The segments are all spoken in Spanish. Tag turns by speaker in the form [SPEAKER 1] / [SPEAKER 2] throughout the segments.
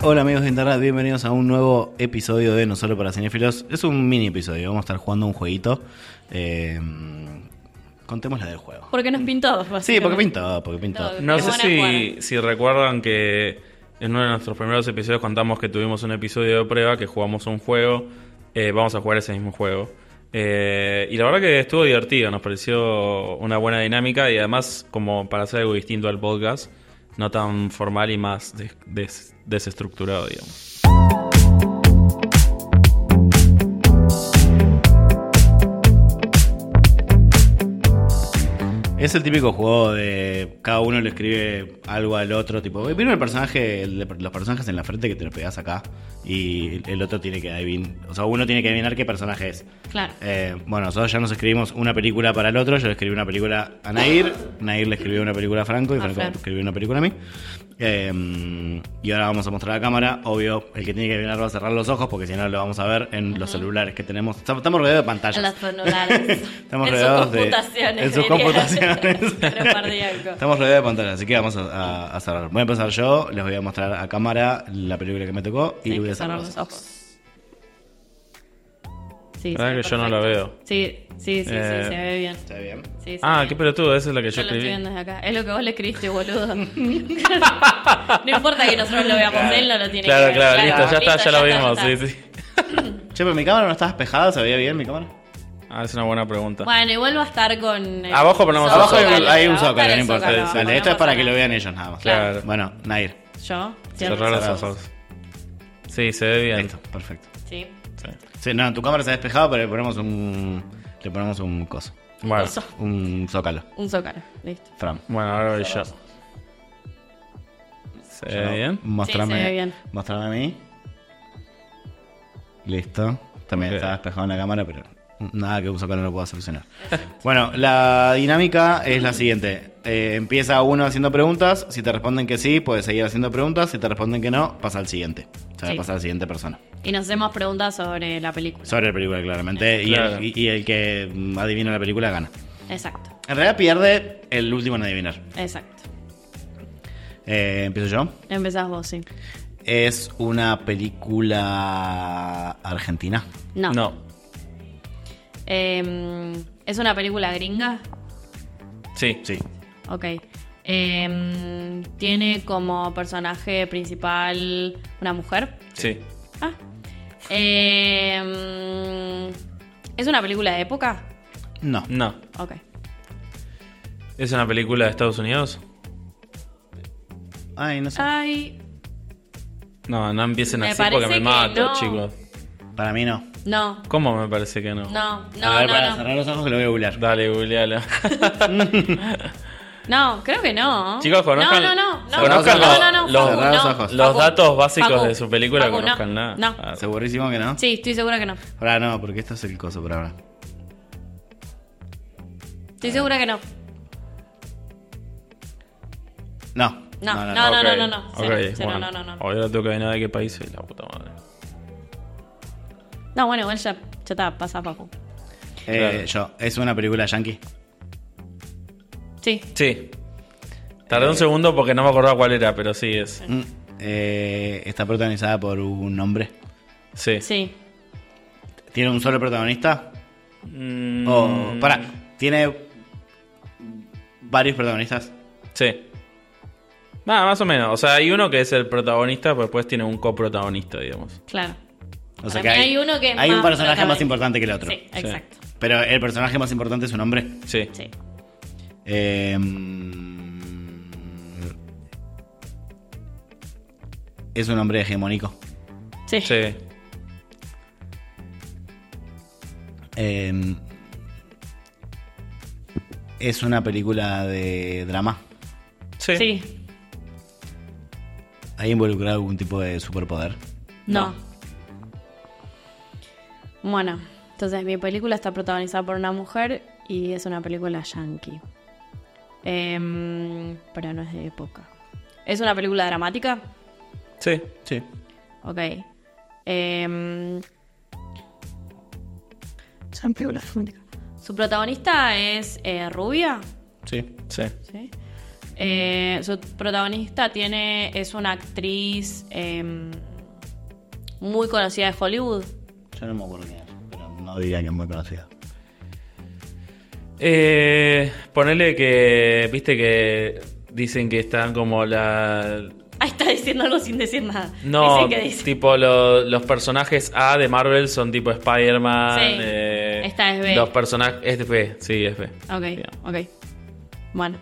[SPEAKER 1] Hola amigos de internet, bienvenidos a un nuevo episodio de No Solo para Cinefilos. Es un mini episodio, vamos a estar jugando un jueguito. Eh, contemos la del juego.
[SPEAKER 2] Porque nos pintó, básicamente.
[SPEAKER 1] Sí, porque pintó, porque pintó.
[SPEAKER 2] Todo.
[SPEAKER 3] No
[SPEAKER 2] Qué
[SPEAKER 3] sé
[SPEAKER 2] buena
[SPEAKER 3] si,
[SPEAKER 2] jugada.
[SPEAKER 3] si recuerdan que en uno de nuestros primeros episodios contamos que tuvimos un episodio de prueba, que jugamos un juego, eh, vamos a jugar ese mismo juego. Eh, y la verdad que estuvo divertido, nos pareció una buena dinámica y además como para hacer algo distinto al podcast, no tan formal y más des- des- desestructurado, digamos.
[SPEAKER 1] Es el típico juego de cada uno le escribe algo al otro, tipo, vino el personaje, el de- los personajes en la frente que te lo pegas acá y el otro tiene que adivinar, o sea, uno tiene que adivinar qué personaje es.
[SPEAKER 2] Claro.
[SPEAKER 1] Eh, bueno, nosotros ya nos escribimos una película para el otro. Yo le escribí una película a Nair. Nair le escribió una película a Franco y
[SPEAKER 2] A
[SPEAKER 1] Franco
[SPEAKER 2] Fran.
[SPEAKER 1] escribió una película a mí. Eh, y ahora vamos a mostrar a la cámara. Obvio, el que tiene que adivinar va a cerrar los ojos porque si no lo vamos a ver en los celulares que tenemos. Estamos estamos rodeados de
[SPEAKER 2] En las
[SPEAKER 1] pantallas.
[SPEAKER 2] tonalidades.
[SPEAKER 1] Estamos
[SPEAKER 2] en
[SPEAKER 1] rodeados
[SPEAKER 2] sus
[SPEAKER 1] de-
[SPEAKER 2] computaciones.
[SPEAKER 1] en sus
[SPEAKER 2] diría.
[SPEAKER 1] computaciones.
[SPEAKER 2] Pero cardíaco.
[SPEAKER 1] Estamos rodeados de pantallas, así que vamos a, a- a cerrar. Voy a empezar yo. Les voy a mostrar a cámara la película que me tocó y
[SPEAKER 2] Hay
[SPEAKER 1] voy
[SPEAKER 2] que
[SPEAKER 1] a cerrar
[SPEAKER 2] cerrar
[SPEAKER 1] los
[SPEAKER 2] los
[SPEAKER 1] ojos.
[SPEAKER 2] ojos. Sí,
[SPEAKER 3] La verdad
[SPEAKER 2] se ve
[SPEAKER 3] que yo no la
[SPEAKER 2] perfecto.
[SPEAKER 3] veo.
[SPEAKER 2] Sí, sí, sí, sí,
[SPEAKER 3] Eh,
[SPEAKER 2] se ve bien.
[SPEAKER 1] ¿Está bien?
[SPEAKER 2] Sí, se ve
[SPEAKER 3] Ah, qué
[SPEAKER 2] bien.
[SPEAKER 3] pelotudo, esa es la que yo
[SPEAKER 2] Yo lo estoy
[SPEAKER 3] escribí.
[SPEAKER 2] viendo desde acá. Es lo que vos le escribiste, boludo. no importa que nosotros lo veamos, él no lo tiene
[SPEAKER 3] Claro,
[SPEAKER 2] que ver.
[SPEAKER 3] claro, listo, ya está, ya lo vimos,
[SPEAKER 2] está.
[SPEAKER 3] sí, sí.
[SPEAKER 1] Che, pero mi cámara no está despejada. ¿Se veía bien mi cámara?
[SPEAKER 3] Ah, es una buena pregunta.
[SPEAKER 2] Bueno, igual va a estar con. eh, el
[SPEAKER 3] Abajo ponemos
[SPEAKER 1] Abajo hay un,
[SPEAKER 2] zócalo,
[SPEAKER 1] hay un
[SPEAKER 2] va a estar
[SPEAKER 1] zócalo,
[SPEAKER 2] el
[SPEAKER 1] no importa.
[SPEAKER 2] zócalo,
[SPEAKER 1] Dale, esto es
[SPEAKER 2] no
[SPEAKER 1] para
[SPEAKER 2] pasa
[SPEAKER 1] que lo
[SPEAKER 2] nada.
[SPEAKER 1] vean ellos nada más.
[SPEAKER 3] Claro.
[SPEAKER 1] Bueno, Nair.
[SPEAKER 2] Yo, cierro
[SPEAKER 3] Cerrar
[SPEAKER 2] los
[SPEAKER 3] los
[SPEAKER 2] ojos.
[SPEAKER 3] ojos. Sí, se ve bien.
[SPEAKER 1] Listo, perfecto.
[SPEAKER 2] Sí.
[SPEAKER 3] Sí.
[SPEAKER 1] Sí, no, tu cámara está despejada, pero le ponemos un. Le ponemos un coso.
[SPEAKER 3] Bueno.
[SPEAKER 2] Eso.
[SPEAKER 1] Un zócalo.
[SPEAKER 2] Un zócalo, listo.
[SPEAKER 1] Fran.
[SPEAKER 3] Bueno, ahora voy yo. Eh, ¿Se ve
[SPEAKER 1] Yo,
[SPEAKER 3] bien?
[SPEAKER 1] Eh, Mostrame.
[SPEAKER 2] Sí, se ve bien.
[SPEAKER 1] Mostrame a mí. Listo. También
[SPEAKER 3] Ok.
[SPEAKER 1] estaba despejado en la cámara, pero nada que un zócalo no lo pueda solucionar. bueno, la dinámica es la siguiente. Eh, empieza uno haciendo preguntas. Si te responden que sí, puedes seguir haciendo preguntas. Si te responden que no, pasa al siguiente. O sea,
[SPEAKER 2] Sí.
[SPEAKER 1] pasa a la siguiente persona.
[SPEAKER 2] Y nos hacemos preguntas sobre la película.
[SPEAKER 1] Sobre la película, claramente. Y,
[SPEAKER 3] Claro.
[SPEAKER 1] el, y- y el que mm, adivina la película gana.
[SPEAKER 2] Exacto,
[SPEAKER 1] En realidad pierde el último en adivinar.
[SPEAKER 2] exacto.
[SPEAKER 1] Eh, Empiezo yo.
[SPEAKER 2] Empezás vos, sí.
[SPEAKER 1] Es una película argentina.
[SPEAKER 2] No.
[SPEAKER 3] No.
[SPEAKER 2] Eh, ¿Es una película gringa?
[SPEAKER 3] Sí.
[SPEAKER 1] Sí.
[SPEAKER 2] Ok. Eh, ¿Tiene como personaje principal una mujer?
[SPEAKER 3] Sí.
[SPEAKER 2] Ah. Eh, ¿Es una película de época?
[SPEAKER 1] No.
[SPEAKER 3] No.
[SPEAKER 2] Ok.
[SPEAKER 3] ¿Es una película de Estados Unidos?
[SPEAKER 1] Ay, no sé.
[SPEAKER 2] Ah. Ay,
[SPEAKER 3] No, no empiecen
[SPEAKER 2] Me
[SPEAKER 3] así porque
[SPEAKER 2] parece
[SPEAKER 3] me
[SPEAKER 2] que
[SPEAKER 3] mato,
[SPEAKER 2] no.
[SPEAKER 3] chicos.
[SPEAKER 1] Para mí no.
[SPEAKER 2] no,
[SPEAKER 3] ¿Cómo me parece que no?
[SPEAKER 2] no, no,
[SPEAKER 1] a ver,
[SPEAKER 2] no,
[SPEAKER 1] para
[SPEAKER 2] no.
[SPEAKER 1] cerrar los ojos que lo voy a googlear.
[SPEAKER 3] Dale, googleala.
[SPEAKER 2] No, creo que no.
[SPEAKER 3] Chicos, conozcan-
[SPEAKER 2] No, no, no. no.
[SPEAKER 3] conozcan
[SPEAKER 2] no,
[SPEAKER 3] los-
[SPEAKER 2] no, no,
[SPEAKER 3] los-
[SPEAKER 2] Facu,
[SPEAKER 1] cerrar los
[SPEAKER 2] no,
[SPEAKER 1] ojos.
[SPEAKER 3] Los
[SPEAKER 2] Facu,
[SPEAKER 3] datos básicos
[SPEAKER 2] Facu,
[SPEAKER 3] de su película
[SPEAKER 2] Facu,
[SPEAKER 3] conozcan
[SPEAKER 2] no,
[SPEAKER 3] nada.
[SPEAKER 1] Ah.
[SPEAKER 2] No.
[SPEAKER 1] Segurísimo que no.
[SPEAKER 2] Sí, estoy segura que no.
[SPEAKER 1] Ahora no, porque esto es el coso por ahora.
[SPEAKER 3] Ah.
[SPEAKER 2] Estoy segura que no.
[SPEAKER 1] No.
[SPEAKER 2] No, no, no,
[SPEAKER 3] Ok,
[SPEAKER 2] no, no,
[SPEAKER 3] ok,
[SPEAKER 2] cero, cero,
[SPEAKER 3] bueno.
[SPEAKER 2] no, no, no.
[SPEAKER 3] Ahora tengo que adivinar de qué país soy, la puta madre.
[SPEAKER 2] No, bueno, igual ya, ya está, pasa Facu.
[SPEAKER 1] Eh, Yo. Es una película yankee.
[SPEAKER 2] Sí,
[SPEAKER 3] Sí. Tardé un segundo porque no me acordaba cuál era, pero sí es.
[SPEAKER 1] Mm. Eh, está protagonizada por un hombre.
[SPEAKER 3] Sí.
[SPEAKER 2] sí.
[SPEAKER 1] ¿Tiene un solo protagonista?
[SPEAKER 3] Mm,
[SPEAKER 1] O. Pará. ¿Tiene varios protagonistas?
[SPEAKER 3] Sí. Nada, más o menos. O sea, hay uno que es el protagonista, pero después tiene un coprotagonista, digamos.
[SPEAKER 2] Claro.
[SPEAKER 1] O sea
[SPEAKER 2] Para
[SPEAKER 1] que
[SPEAKER 2] mí
[SPEAKER 1] hay,
[SPEAKER 2] hay uno que es
[SPEAKER 1] hay un
[SPEAKER 2] más
[SPEAKER 1] personaje más
[SPEAKER 2] protagonista.
[SPEAKER 1] importante que el otro.
[SPEAKER 2] Sí, exacto.
[SPEAKER 1] Pero el personaje más importante es un hombre.
[SPEAKER 3] Sí.
[SPEAKER 2] Sí.
[SPEAKER 1] Eh, Em, es un hombre hegemónico.
[SPEAKER 2] Sí.
[SPEAKER 3] Sí.
[SPEAKER 1] Eh, es una película de drama.
[SPEAKER 3] Sí.
[SPEAKER 2] Sí.
[SPEAKER 1] ¿Hay involucrado algún tipo de superpoder?
[SPEAKER 2] No. Bueno, entonces mi película está protagonizada por una mujer y es una película yankee. Em, pero no es de época. ¿Es una película dramática?
[SPEAKER 3] Sí.
[SPEAKER 1] Sí.
[SPEAKER 2] Ok. Em, es una película dramática. ¿Su protagonista es eh, rubia?
[SPEAKER 3] Sí.
[SPEAKER 2] Sí. Eh, su protagonista tiene es una actriz em, muy conocida de Hollywood.
[SPEAKER 1] Yo no me acuerdo quién es, pero no diría que es muy conocida.
[SPEAKER 3] Eh, ponele que, viste que dicen que están como la...
[SPEAKER 2] Ahí está diciendo algo sin decir nada.
[SPEAKER 3] No,
[SPEAKER 2] Dicen que dice.
[SPEAKER 3] tipo lo- los personajes A de Marvel son tipo Spider-Man.
[SPEAKER 2] Sí.
[SPEAKER 3] eh,
[SPEAKER 2] Esta es B.
[SPEAKER 3] Los personajes... Es B, sí, es B.
[SPEAKER 2] Ok,
[SPEAKER 3] Bien.
[SPEAKER 2] ok. Bueno,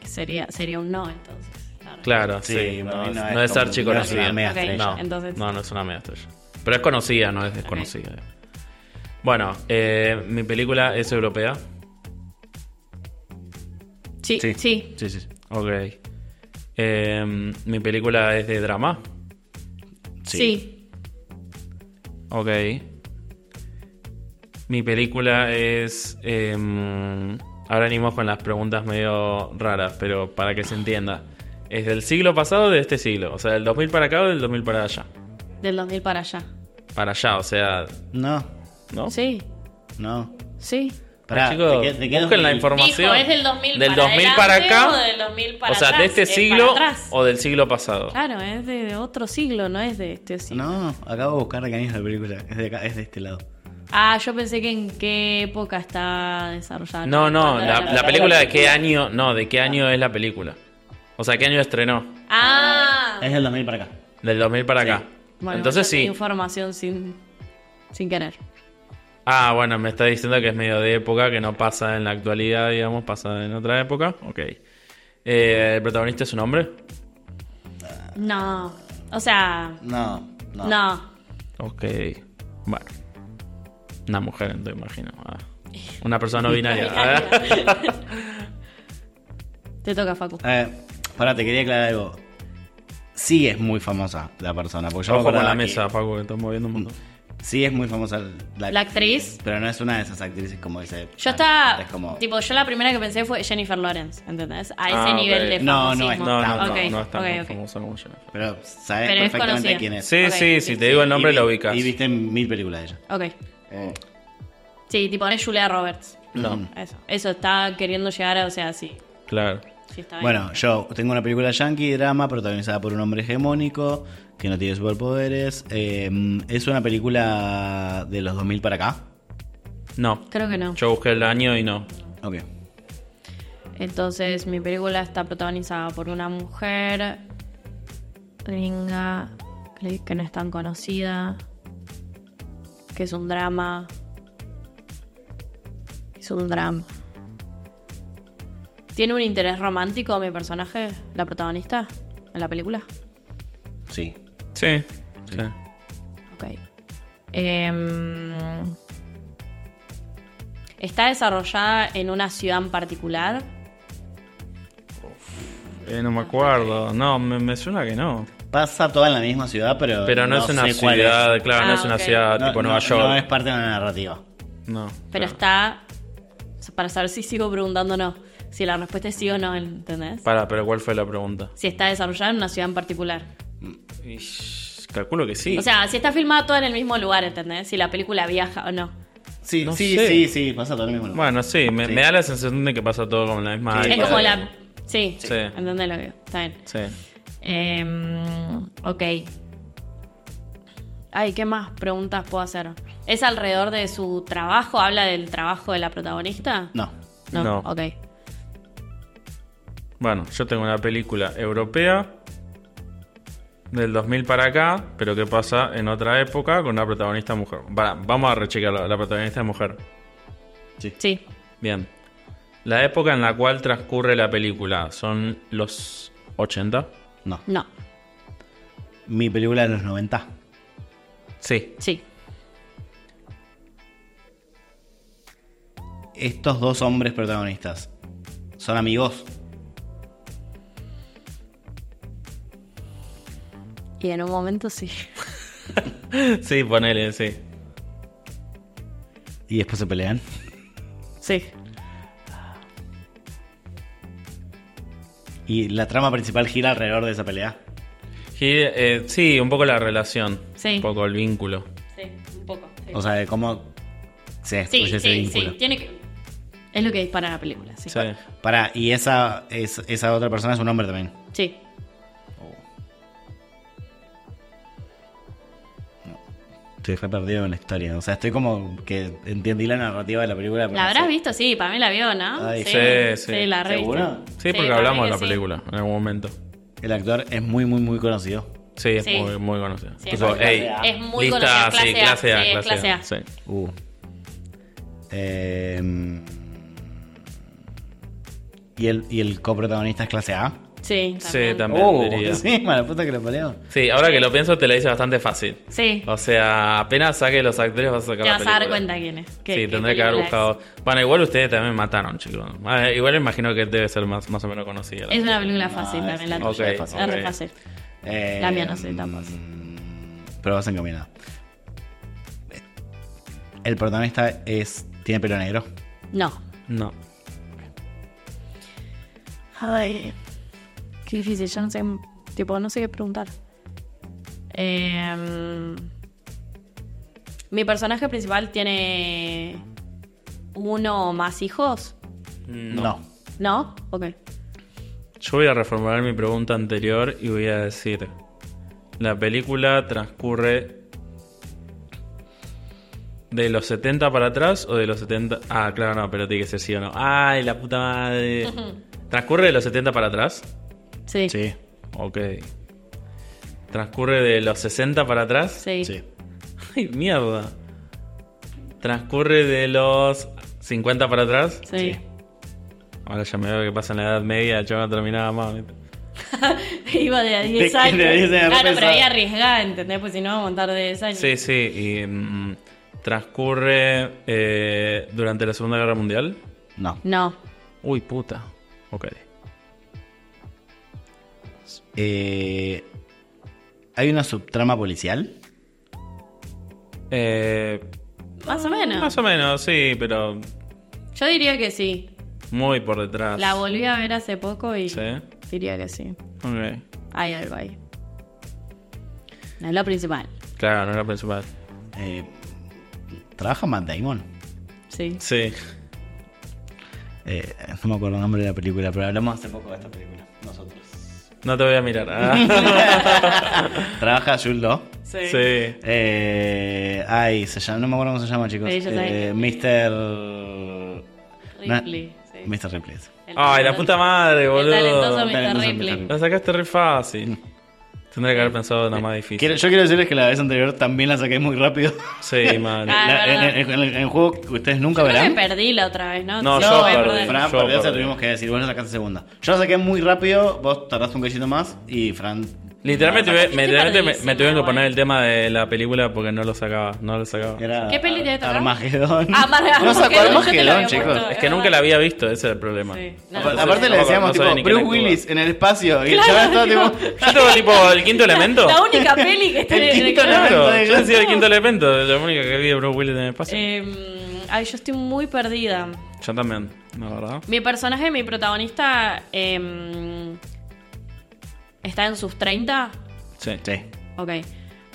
[SPEAKER 2] que sería, sería un no entonces. Claro.
[SPEAKER 3] Claro, sí.
[SPEAKER 1] Sí, para
[SPEAKER 3] no,
[SPEAKER 1] mí no es
[SPEAKER 3] no es,
[SPEAKER 1] como- no es
[SPEAKER 3] archiconocida.
[SPEAKER 1] una mega
[SPEAKER 2] Ok,
[SPEAKER 1] estrella.
[SPEAKER 3] No,
[SPEAKER 2] entonces-
[SPEAKER 3] no, no es una media estrella. Pero es conocida, no es desconocida. Bueno, eh, mi película es europea.
[SPEAKER 2] Sí, sí.
[SPEAKER 1] Sí, sí. sí.
[SPEAKER 3] Ok. Eh, mi película es de drama.
[SPEAKER 2] Sí.
[SPEAKER 3] Ok. Mi película es... eh, ahora venimos con las preguntas medio raras, pero para que se entienda. Es del siglo pasado o de este siglo. O sea, del 2000 para acá o del 2000 para allá.
[SPEAKER 2] Del 2000 para allá.
[SPEAKER 3] Para allá, o sea...
[SPEAKER 1] No,
[SPEAKER 3] ¿No?
[SPEAKER 2] Sí,
[SPEAKER 1] no.
[SPEAKER 2] sí.
[SPEAKER 1] Pará,
[SPEAKER 3] Chicos,
[SPEAKER 1] te qued- te quedas
[SPEAKER 3] busquen la
[SPEAKER 1] mil-
[SPEAKER 3] información.
[SPEAKER 2] Dijo, es del 2000
[SPEAKER 3] Del
[SPEAKER 2] para
[SPEAKER 3] 2000
[SPEAKER 2] adelante
[SPEAKER 3] para acá.
[SPEAKER 2] o del 2000 para
[SPEAKER 3] o sea,
[SPEAKER 2] atrás,
[SPEAKER 3] de este
[SPEAKER 2] es
[SPEAKER 3] siglo
[SPEAKER 2] para atrás.
[SPEAKER 3] o del siglo pasado.
[SPEAKER 2] Claro, es de, de otro siglo, no es de este siglo.
[SPEAKER 1] No, acabo de buscar de qué año es la película. Es de, acá- es de este lado.
[SPEAKER 2] Ah, yo pensé que en qué época está desarrollada.
[SPEAKER 3] No, no,
[SPEAKER 2] Cuando era
[SPEAKER 3] la, la película de qué año. No, de qué año es la película. O sea, qué año estrenó.
[SPEAKER 2] Ah,
[SPEAKER 1] Es del 2000 para acá.
[SPEAKER 3] Del 2000 para acá.
[SPEAKER 2] bueno,
[SPEAKER 3] Entonces
[SPEAKER 2] yo tenía
[SPEAKER 3] sí.
[SPEAKER 2] Información sin, sin querer.
[SPEAKER 3] Ah, bueno, me está diciendo que es medio de época, que no pasa en la actualidad, digamos, pasa en otra época. Ok. Eh, ¿El protagonista es un hombre?
[SPEAKER 2] No, o sea,
[SPEAKER 1] No, no.
[SPEAKER 2] no.
[SPEAKER 3] Ok. Bueno. Una mujer, entonces imagino. Ah. Una persona no binaria. Ah.
[SPEAKER 2] Te toca, Facu.
[SPEAKER 1] Eh, pará, te quería aclarar algo. Sí es muy famosa la persona. Porque yo me
[SPEAKER 3] Ojo con
[SPEAKER 1] acordaba
[SPEAKER 3] la
[SPEAKER 1] que
[SPEAKER 3] mesa, Paco, que estamos moviendo un montón.
[SPEAKER 1] Sí es muy famosa la,
[SPEAKER 2] La actriz.
[SPEAKER 1] Pero no es una de esas actrices como dice.
[SPEAKER 2] Yo estaba.
[SPEAKER 1] Ah, Es como.
[SPEAKER 2] Tipo, yo la primera que pensé fue Jennifer Lawrence, ¿entendés? A ese
[SPEAKER 3] Ah,
[SPEAKER 2] nivel
[SPEAKER 3] ok.
[SPEAKER 2] de
[SPEAKER 1] No,
[SPEAKER 2] famosismo.
[SPEAKER 1] no es
[SPEAKER 3] No, no, no,
[SPEAKER 2] Ok,
[SPEAKER 3] no es tan
[SPEAKER 2] ok, ok.
[SPEAKER 3] famosa como Jennifer.
[SPEAKER 1] Pero sabes
[SPEAKER 2] Pero es
[SPEAKER 1] perfectamente
[SPEAKER 2] conocida.
[SPEAKER 1] quién es.
[SPEAKER 3] Sí,
[SPEAKER 2] Ok,
[SPEAKER 3] sí,
[SPEAKER 2] sí,
[SPEAKER 3] si te digo el nombre
[SPEAKER 1] Y
[SPEAKER 3] lo
[SPEAKER 1] vi-
[SPEAKER 3] ubicas.
[SPEAKER 1] Y viste mil películas de ella.
[SPEAKER 2] Ok. Sí, tipo, no es Julia Roberts.
[SPEAKER 3] No,
[SPEAKER 2] Eso. Eso está queriendo llegar a. O sea, sí.
[SPEAKER 3] claro.
[SPEAKER 2] sí está bien.
[SPEAKER 1] Bueno, yo tengo una película yankee, drama, protagonizada por un hombre hegemónico que no tiene superpoderes. Eh, es una película de los 2000 para acá.
[SPEAKER 3] No.
[SPEAKER 2] Creo que no.
[SPEAKER 3] Yo busqué el año y no.
[SPEAKER 1] Ok.
[SPEAKER 2] Entonces, mi película está protagonizada por una mujer gringa que que no es tan conocida, que es un drama. Es un drama. ¿Tiene un interés romántico mi personaje, la protagonista, en la película?
[SPEAKER 1] Sí.
[SPEAKER 3] Sí. sí.
[SPEAKER 2] Ok. Em, ¿Está desarrollada en una ciudad en particular?
[SPEAKER 3] Eh, no me acuerdo. No, me, me suena que no.
[SPEAKER 1] Pasa toda en la misma ciudad, pero.
[SPEAKER 3] Pero no, es
[SPEAKER 1] sé
[SPEAKER 3] una
[SPEAKER 1] cuál es.
[SPEAKER 3] ciudad, claro, no
[SPEAKER 2] Ah,
[SPEAKER 3] es una
[SPEAKER 2] ok.
[SPEAKER 3] ciudad
[SPEAKER 1] No-
[SPEAKER 3] tipo
[SPEAKER 1] no-
[SPEAKER 3] Nueva York.
[SPEAKER 1] No es parte de la narrativa.
[SPEAKER 3] No,
[SPEAKER 2] Pero
[SPEAKER 3] claro.
[SPEAKER 2] está. o sea, Para saber si sigo preguntando o no. Si la respuesta es sí o no, ¿entendés?
[SPEAKER 3] Pará, pero ¿cuál fue la pregunta?
[SPEAKER 2] Si está desarrollada en una ciudad en particular.
[SPEAKER 3] Ish, calculo que sí.
[SPEAKER 2] O sea, si está filmada toda en el mismo lugar, ¿entendés? Si la película viaja o no.
[SPEAKER 1] Sí,
[SPEAKER 3] No
[SPEAKER 1] sí,
[SPEAKER 3] sé.
[SPEAKER 1] sí, sí, pasa todo en el mismo lugar.
[SPEAKER 3] bueno, sí me,
[SPEAKER 1] Sí.
[SPEAKER 3] me da la sensación de que pasa todo como en la misma
[SPEAKER 1] Sí,
[SPEAKER 2] es
[SPEAKER 3] época.
[SPEAKER 2] como la. Sí,
[SPEAKER 3] Sí.
[SPEAKER 2] ¿entendés lo que digo? Está bien.
[SPEAKER 3] Sí.
[SPEAKER 2] Em, ok. Ay, ¿qué más preguntas puedo hacer? ¿Es alrededor de su trabajo? ¿Habla del trabajo de la protagonista?
[SPEAKER 1] No.
[SPEAKER 3] No.
[SPEAKER 2] Ok.
[SPEAKER 3] Bueno, yo tengo una película europea del 2000 para acá, pero que pasa en otra época con una protagonista mujer. Pará, vamos a rechecarlo. La protagonista es mujer.
[SPEAKER 2] Sí.
[SPEAKER 3] Bien. La época en la cual transcurre la película son los 80.
[SPEAKER 1] No.
[SPEAKER 2] No.
[SPEAKER 1] Mi película de los 90.
[SPEAKER 3] Sí.
[SPEAKER 2] Sí.
[SPEAKER 1] Estos dos hombres protagonistas son amigos.
[SPEAKER 2] Y en un momento sí.
[SPEAKER 3] Sí, ponele, sí.
[SPEAKER 1] Y después se pelean.
[SPEAKER 2] Sí.
[SPEAKER 1] Y la trama principal gira alrededor de esa pelea.
[SPEAKER 3] Y, eh, sí, un poco la relación.
[SPEAKER 2] Sí.
[SPEAKER 3] Un poco el vínculo.
[SPEAKER 2] Sí, un poco.
[SPEAKER 1] O sea, de cómo se
[SPEAKER 2] sí,
[SPEAKER 1] destruye
[SPEAKER 2] sí,
[SPEAKER 1] ese
[SPEAKER 2] sí,
[SPEAKER 1] vínculo.
[SPEAKER 2] Tiene que. Es lo que dispara la película, sí.
[SPEAKER 3] Sí.
[SPEAKER 1] Pará, y esa, es- esa otra persona es un hombre también.
[SPEAKER 2] Sí.
[SPEAKER 1] Estoy re perdido en la historia. O sea, estoy como que entendí la narrativa de la película. pero
[SPEAKER 2] ¿La
[SPEAKER 1] no
[SPEAKER 2] habrás
[SPEAKER 1] sé.
[SPEAKER 2] visto? Sí, para mí la vio, ¿no?
[SPEAKER 1] Ay,
[SPEAKER 2] sí,
[SPEAKER 3] sí, sí.
[SPEAKER 2] la revista.
[SPEAKER 1] ¿Seguro?
[SPEAKER 3] Sí, porque
[SPEAKER 2] para mí
[SPEAKER 3] hablamos de
[SPEAKER 2] que
[SPEAKER 3] la
[SPEAKER 2] sí.
[SPEAKER 3] película en algún momento.
[SPEAKER 1] El actor es muy, muy, muy conocido.
[SPEAKER 3] Sí, es
[SPEAKER 2] Sí.
[SPEAKER 3] muy, muy conocido.
[SPEAKER 2] Sí,
[SPEAKER 3] Tipo,
[SPEAKER 1] es clase
[SPEAKER 3] ey,
[SPEAKER 1] A.
[SPEAKER 2] Es muy
[SPEAKER 3] lista,
[SPEAKER 2] conocida, clase
[SPEAKER 3] sí,
[SPEAKER 2] A,
[SPEAKER 3] clase A,
[SPEAKER 2] sí, es
[SPEAKER 3] clase A.
[SPEAKER 2] clase
[SPEAKER 3] sí.
[SPEAKER 1] Uh. Eh, ¿y, el, ¿Y el coprotagonista es clase A?
[SPEAKER 2] Sí,
[SPEAKER 3] Sí,
[SPEAKER 2] también.
[SPEAKER 3] también.
[SPEAKER 1] Oh,
[SPEAKER 3] diría.
[SPEAKER 1] encima, la puta que lo parió.
[SPEAKER 3] Sí, ahora que lo pienso te la hice bastante fácil.
[SPEAKER 2] Sí,
[SPEAKER 3] O sea, apenas saque los actores vas a sacar
[SPEAKER 2] te
[SPEAKER 3] la
[SPEAKER 2] vas a dar
[SPEAKER 3] película.
[SPEAKER 2] cuenta quién es. qué-
[SPEAKER 3] sí,
[SPEAKER 2] qué
[SPEAKER 3] tendría que haber
[SPEAKER 2] película
[SPEAKER 3] buscado. Bueno, igual ustedes también mataron, chicos. Ah, eh, igual imagino que debe ser más, más o menos conocida.
[SPEAKER 2] Es Es una película fácil
[SPEAKER 1] No, es-
[SPEAKER 2] también, la
[SPEAKER 3] Ah, ok,
[SPEAKER 2] tuya. Es re
[SPEAKER 3] ok.
[SPEAKER 2] fácil.
[SPEAKER 1] Eh,
[SPEAKER 2] La mía no sé, tampoco.
[SPEAKER 1] Pero vas encaminado. El protagonista es. Tiene pelo negro.
[SPEAKER 2] No.
[SPEAKER 3] No.
[SPEAKER 2] Ay, qué difícil. Yo no sé, tipo, no sé qué preguntar. Eh, Mi personaje principal tiene uno o más hijos,
[SPEAKER 1] No.
[SPEAKER 2] ¿no? Ok.
[SPEAKER 3] Yo voy a reformular mi pregunta anterior y voy a decir: La película transcurre de los 70 para atrás o de los 70. Ah, claro, no, pero tiene que ser sí o no. Ay, la puta madre. ¿Transcurre de los 70 para atrás?
[SPEAKER 2] Sí. Sí.
[SPEAKER 1] Sí.
[SPEAKER 3] Ok. ¿Transcurre de los 60 para atrás?
[SPEAKER 1] Sí.
[SPEAKER 3] Ay, mierda. Transcurre de los 50 para atrás.
[SPEAKER 2] Sí.
[SPEAKER 3] Ahora ya me veo que pasa en la edad media, yo no terminaba más. ¿viste?
[SPEAKER 2] Iba de a 10
[SPEAKER 1] que
[SPEAKER 2] años.
[SPEAKER 1] de 10 años
[SPEAKER 2] claro, pero
[SPEAKER 1] pensaba.
[SPEAKER 2] ahí arriesgada, ¿entendés? Pues si no, vamos a montar de 10 años.
[SPEAKER 3] Sí, sí, y mm, transcurre eh, durante la Segunda Guerra Mundial.
[SPEAKER 1] No.
[SPEAKER 2] No.
[SPEAKER 3] Uy, puta. Ok.
[SPEAKER 1] Eh, Hay una subtrama policial.
[SPEAKER 3] Eh,
[SPEAKER 2] Más o menos.
[SPEAKER 3] Más o menos, sí, pero
[SPEAKER 2] Yo diría que sí.
[SPEAKER 3] muy por detrás.
[SPEAKER 2] La volví a ver hace poco y
[SPEAKER 3] Sí,
[SPEAKER 2] diría que sí.
[SPEAKER 3] ok.
[SPEAKER 2] Hay algo ahí. No es lo principal.
[SPEAKER 3] Claro, no era principal.
[SPEAKER 1] Eh, Trabaja Matt Damon.
[SPEAKER 2] Sí.
[SPEAKER 3] Sí.
[SPEAKER 1] Eh, no me acuerdo el nombre de la película, pero hablamos hace poco de esta película. Nosotros.
[SPEAKER 3] No te voy a mirar. Ah,
[SPEAKER 1] Trabaja Jules Law.
[SPEAKER 2] Sí.
[SPEAKER 3] sí.
[SPEAKER 1] Eh, ay, se llama, no me acuerdo cómo se llama, chicos.
[SPEAKER 2] Sí, yo
[SPEAKER 1] Eh,
[SPEAKER 2] también.
[SPEAKER 1] Mr.
[SPEAKER 2] Ripley,
[SPEAKER 1] Na-
[SPEAKER 2] sí.
[SPEAKER 1] Mr. Ripley. es.
[SPEAKER 2] El
[SPEAKER 3] Ay, la
[SPEAKER 2] talentoso-
[SPEAKER 3] puta madre,
[SPEAKER 2] El talentoso
[SPEAKER 3] boludo.
[SPEAKER 1] Talentoso
[SPEAKER 2] Mr.
[SPEAKER 1] Mr.
[SPEAKER 2] Ripley.
[SPEAKER 1] Ripley.
[SPEAKER 3] La sacaste re fácil. Tendría que haber pensado en la más difícil.
[SPEAKER 1] Quiero- yo quiero decirles que la vez anterior también la saqué muy rápido.
[SPEAKER 3] Sí, man.
[SPEAKER 2] Ah,
[SPEAKER 1] La- en,
[SPEAKER 2] verdad.
[SPEAKER 1] en- en el, en el juego que ustedes nunca
[SPEAKER 2] Yo creo que
[SPEAKER 1] verán.
[SPEAKER 2] perdí la otra vez, ¿no?
[SPEAKER 3] No,
[SPEAKER 2] Sí,
[SPEAKER 3] yo
[SPEAKER 2] voy a
[SPEAKER 3] perdí.
[SPEAKER 2] perder.
[SPEAKER 1] Fran,
[SPEAKER 3] Yo
[SPEAKER 1] por eso
[SPEAKER 3] perdí.
[SPEAKER 1] tuvimos que decir, vos la sacaste segunda. Yo la saqué muy rápido, vos tardaste un cachito más y Fran.
[SPEAKER 3] Literalmente,
[SPEAKER 2] Yo
[SPEAKER 3] me,
[SPEAKER 2] estoy
[SPEAKER 3] literalmente me,
[SPEAKER 2] perdidísima,
[SPEAKER 3] me tuvieron que poner
[SPEAKER 2] bueno.
[SPEAKER 3] el tema de la película porque no lo sacaba. No lo sacaba.
[SPEAKER 1] Era
[SPEAKER 2] ¿Qué peli te toca?
[SPEAKER 1] Armagedón.
[SPEAKER 2] Ah, Armagedón,
[SPEAKER 1] No sacó
[SPEAKER 2] yo te lo
[SPEAKER 1] Armagedón,
[SPEAKER 2] había
[SPEAKER 1] chicos.
[SPEAKER 2] puesto.
[SPEAKER 3] Es que nunca la había visto, ese es el problema.
[SPEAKER 2] Sí. No,
[SPEAKER 1] Aparte,
[SPEAKER 2] no,
[SPEAKER 1] aparte
[SPEAKER 2] no,
[SPEAKER 1] le decíamos,
[SPEAKER 3] no sabía ni
[SPEAKER 1] tipo,
[SPEAKER 3] quién
[SPEAKER 1] Bruce
[SPEAKER 3] actúa.
[SPEAKER 1] Willis en el espacio. Y el
[SPEAKER 2] Claro,
[SPEAKER 1] chaval estaba,
[SPEAKER 2] digo,
[SPEAKER 1] tipo,
[SPEAKER 3] Yo tengo tipo el quinto elemento.
[SPEAKER 2] La única peli que está
[SPEAKER 1] El
[SPEAKER 2] en el
[SPEAKER 1] quinto
[SPEAKER 2] claro.
[SPEAKER 1] elemento.
[SPEAKER 3] Claro, yo decía el quinto elemento, la única que vi de Bruce Willis en el espacio.
[SPEAKER 2] Eh, Ay, yo estoy muy perdida.
[SPEAKER 3] Yo también, la verdad.
[SPEAKER 2] Mi personaje, mi protagonista, eh, está en sus 30.
[SPEAKER 3] Sí.
[SPEAKER 1] Sí.
[SPEAKER 2] Ok.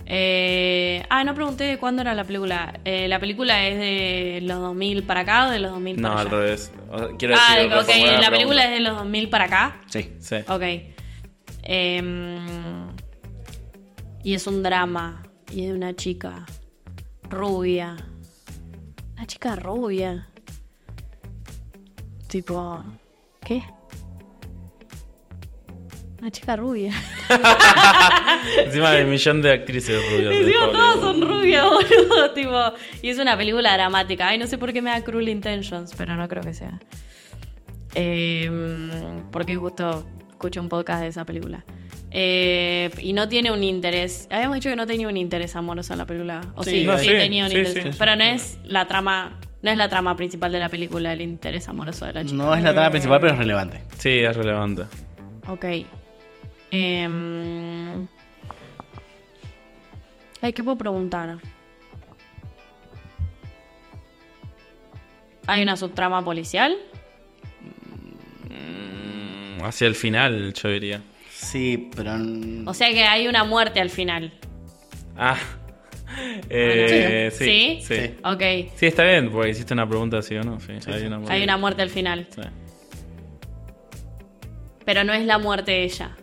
[SPEAKER 2] Eh, ah, no pregunté de cuándo era la película. Eh, la película es de los 2000 para acá o de los 2000
[SPEAKER 3] No,
[SPEAKER 2] para
[SPEAKER 3] al
[SPEAKER 2] allá.
[SPEAKER 3] revés. O sea, quiero
[SPEAKER 2] Ah,
[SPEAKER 3] decir,
[SPEAKER 2] ok, la
[SPEAKER 3] reformular pregunta.
[SPEAKER 2] película es de los 2000 para acá.
[SPEAKER 1] Sí.
[SPEAKER 3] Sí.
[SPEAKER 2] Ok. Em, y es un drama. Y es de una chica rubia. Una chica rubia. Tipo. ¿Qué? Una chica rubia.
[SPEAKER 3] Encima de un millón de actrices rubias. de
[SPEAKER 2] Encima todas
[SPEAKER 3] Hollywood.
[SPEAKER 2] son rubias, boludo. Tipo, y es una película dramática. Ay, no sé por qué me da Cruel Intentions, pero no creo que sea. Eh, porque justo escucho un podcast de esa película. Eh, y no tiene un interés. Habíamos dicho que no tenía un interés amoroso en la película. O sí, sí,
[SPEAKER 3] Sí, no, sí,
[SPEAKER 2] tenía un
[SPEAKER 3] sí,
[SPEAKER 2] interés.
[SPEAKER 3] sí, sí.
[SPEAKER 2] pero no es la trama. No es la trama principal de la película, el interés amoroso de
[SPEAKER 3] Mm.
[SPEAKER 2] la chica.
[SPEAKER 1] No es la trama principal, pero es relevante.
[SPEAKER 3] Sí, es relevante.
[SPEAKER 2] Ok. Em, Ay, ¿qué puedo preguntar? ¿Hay una subtrama policial?
[SPEAKER 3] Mm, Hacia el final, yo diría.
[SPEAKER 1] Sí, pero. n-
[SPEAKER 2] O sea que hay una muerte al final.
[SPEAKER 3] Ah, Eh,
[SPEAKER 2] Sí. ¿Sí?
[SPEAKER 3] sí, sí.
[SPEAKER 1] Sí.
[SPEAKER 2] Ok.
[SPEAKER 3] Sí, está bien, porque hiciste una pregunta sí o no. Sí, hay
[SPEAKER 1] sí.
[SPEAKER 3] una
[SPEAKER 2] Hay una muerte al final.
[SPEAKER 3] Sí.
[SPEAKER 2] Pero no es la muerte de ella.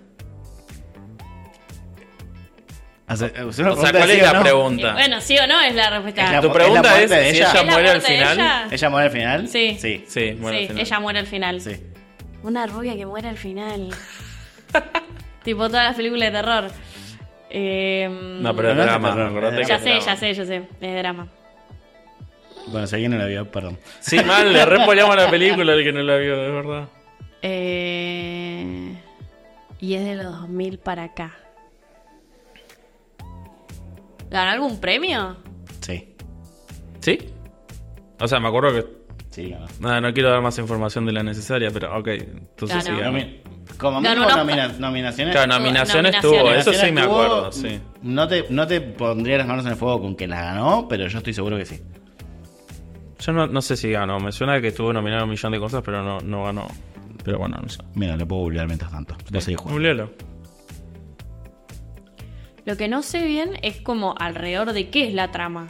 [SPEAKER 1] Hace- eh, usted una
[SPEAKER 3] O
[SPEAKER 1] pregunta
[SPEAKER 3] sea, ¿cuál
[SPEAKER 1] de sí
[SPEAKER 3] es
[SPEAKER 1] o
[SPEAKER 3] la
[SPEAKER 1] no.
[SPEAKER 2] Eh,
[SPEAKER 3] pregunta?
[SPEAKER 2] bueno, sí o no es la respuesta.
[SPEAKER 1] Es la-
[SPEAKER 3] tu
[SPEAKER 1] ¿es
[SPEAKER 3] pregunta
[SPEAKER 1] muerte
[SPEAKER 3] es,
[SPEAKER 1] de
[SPEAKER 3] si
[SPEAKER 1] ella?
[SPEAKER 3] ella
[SPEAKER 1] ¿Es
[SPEAKER 2] la
[SPEAKER 3] muere al
[SPEAKER 2] muerte de ella?
[SPEAKER 3] final.
[SPEAKER 1] ¿Ella muere al final?
[SPEAKER 2] Sí.
[SPEAKER 1] Sí.
[SPEAKER 3] Sí, muere al
[SPEAKER 2] sí,
[SPEAKER 3] final.
[SPEAKER 2] ella muere al final.
[SPEAKER 1] Sí.
[SPEAKER 2] Una rubia que muere al final. tipo todas las películas de terror. Eh,
[SPEAKER 3] No, pero es
[SPEAKER 1] No, no,
[SPEAKER 3] drama.
[SPEAKER 1] no, no,
[SPEAKER 3] acordate
[SPEAKER 1] no,
[SPEAKER 3] que
[SPEAKER 2] ya
[SPEAKER 3] es
[SPEAKER 2] sé,
[SPEAKER 3] drama.
[SPEAKER 2] ya sé, ya sé. Es drama.
[SPEAKER 1] Bueno, si alguien no la vio, perdón.
[SPEAKER 3] Sí, mal, le repoleamos la película al que no la vio, es verdad.
[SPEAKER 2] Eh, y es de los 2000 para acá. ¿Ganó algún premio?
[SPEAKER 1] Sí.
[SPEAKER 3] ¿Sí? O sea, me acuerdo que.
[SPEAKER 1] Sí, ganó.
[SPEAKER 3] Nada, no quiero dar más información de la necesaria, pero ok. Entonces
[SPEAKER 2] Ganó.
[SPEAKER 3] sí. ganó.
[SPEAKER 1] Nomi- Como
[SPEAKER 2] Ganó
[SPEAKER 1] mínimo
[SPEAKER 2] una-
[SPEAKER 1] nomina- nominaciones.
[SPEAKER 3] Claro, nominaciones
[SPEAKER 2] Nominaciones.
[SPEAKER 3] tuvo, eso sí
[SPEAKER 1] Nominaciones
[SPEAKER 3] me
[SPEAKER 1] tuvo,
[SPEAKER 3] acuerdo, sí.
[SPEAKER 1] No te, no te pondría las manos en el fuego con que las ganó, pero yo estoy seguro que sí.
[SPEAKER 3] Yo no, no sé si ganó, me suena que estuvo nominado a un millón de cosas, pero no, no ganó. Pero bueno, no sé.
[SPEAKER 1] Mira, lo puedo googlear mientras tanto. No sé qué juego.
[SPEAKER 3] Googlealo.
[SPEAKER 2] Lo que no sé bien es como alrededor de qué es la trama.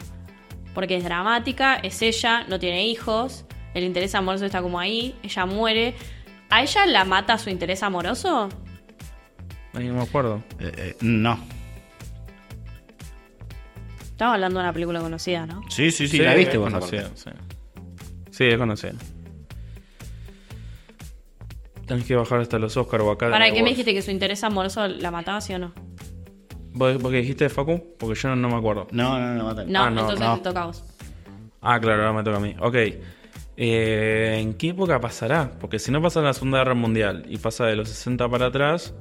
[SPEAKER 2] Porque es dramática, es ella, no tiene hijos, el interés amoroso está como ahí, ella muere. ¿A ella la mata su interés amoroso?
[SPEAKER 3] Ahí no me acuerdo.
[SPEAKER 1] Eh, eh, no.
[SPEAKER 2] Estamos hablando de una película conocida, ¿no?
[SPEAKER 1] Sí, sí, sí, la viste
[SPEAKER 3] es
[SPEAKER 1] vos.
[SPEAKER 3] conocida,
[SPEAKER 1] aparte.
[SPEAKER 3] sí. sí, es conocida. Tenés que bajar hasta los Oscar o acá.
[SPEAKER 2] ¿Para
[SPEAKER 3] de
[SPEAKER 2] qué me
[SPEAKER 3] Awards.
[SPEAKER 2] dijiste que su interés amoroso la mataba, sí o no?
[SPEAKER 3] ¿Vos, vos qué dijiste, Facu? Porque yo no, no me acuerdo.
[SPEAKER 1] No, no, no, mátale.
[SPEAKER 2] No,
[SPEAKER 3] Ah, no,
[SPEAKER 2] entonces
[SPEAKER 1] no.
[SPEAKER 2] te toca a vos.
[SPEAKER 3] Ah, claro, ahora me toca a mí. Ok. Eh, ¿En qué época pasará? Porque si no pasa en la Segunda Guerra Mundial y pasa de los 60 para atrás,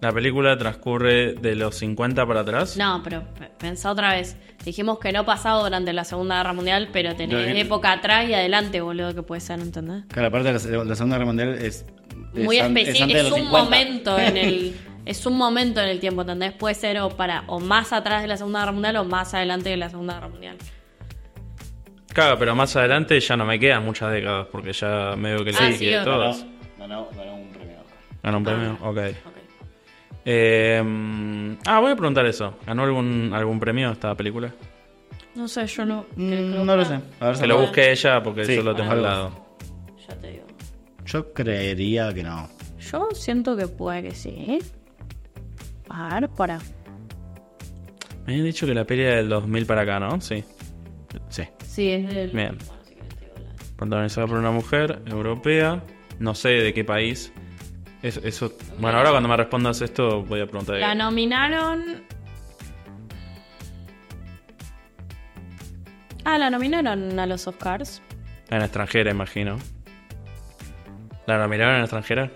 [SPEAKER 3] la película transcurre de los 50 para atrás.
[SPEAKER 2] No, pero p- pensá otra vez. Dijimos que no pasado durante la Segunda Guerra Mundial, pero tenés
[SPEAKER 1] No, eh.
[SPEAKER 2] época atrás y adelante, boludo, que puede ser, ¿entendés?
[SPEAKER 1] Claro, aparte la, se- la Segunda Guerra Mundial es.
[SPEAKER 2] Muy
[SPEAKER 1] an-
[SPEAKER 2] específico,
[SPEAKER 1] antes
[SPEAKER 2] es,
[SPEAKER 1] de los
[SPEAKER 2] un
[SPEAKER 1] 50.
[SPEAKER 2] momento en el es un momento en el tiempo, ¿entendés? Puede ser o para o más atrás de la Segunda Guerra Mundial o más adelante de la Segunda Guerra Mundial.
[SPEAKER 3] Claro, pero más adelante ya no me quedan muchas décadas porque ya medio que
[SPEAKER 2] Ah,
[SPEAKER 3] le
[SPEAKER 2] sí, Ah.
[SPEAKER 3] dije
[SPEAKER 2] ok.
[SPEAKER 1] Ganó,
[SPEAKER 3] todas.
[SPEAKER 1] ganó, ganó un premio.
[SPEAKER 3] Ganó un premio, ok.
[SPEAKER 2] Ok.
[SPEAKER 3] Eh, ah, voy a preguntar eso. ¿Ganó algún, algún premio esta película?
[SPEAKER 2] No sé, yo no
[SPEAKER 1] Mm, no lo sé. A ver,
[SPEAKER 3] Que lo
[SPEAKER 1] Santiago.
[SPEAKER 3] busque ella porque
[SPEAKER 1] Sí,
[SPEAKER 3] yo lo tengo
[SPEAKER 2] Ah.
[SPEAKER 1] algo.
[SPEAKER 3] al lado.
[SPEAKER 2] Ya te digo.
[SPEAKER 1] Yo creería que no.
[SPEAKER 2] Yo siento que puede que sí. A ver, para.
[SPEAKER 3] Me habían dicho que la peli era del 2000 para acá, ¿no? Sí.
[SPEAKER 1] Sí.
[SPEAKER 2] Sí, es del
[SPEAKER 3] Bien. Protagonizada por una mujer europea. No sé de qué país. Eso, eso- Bueno, ahora cuando me respondas esto voy a preguntar. de-
[SPEAKER 2] La nominaron. Ah, la nominaron a los Oscars.
[SPEAKER 3] En extranjera, imagino. ¿La nominaron en extranjera?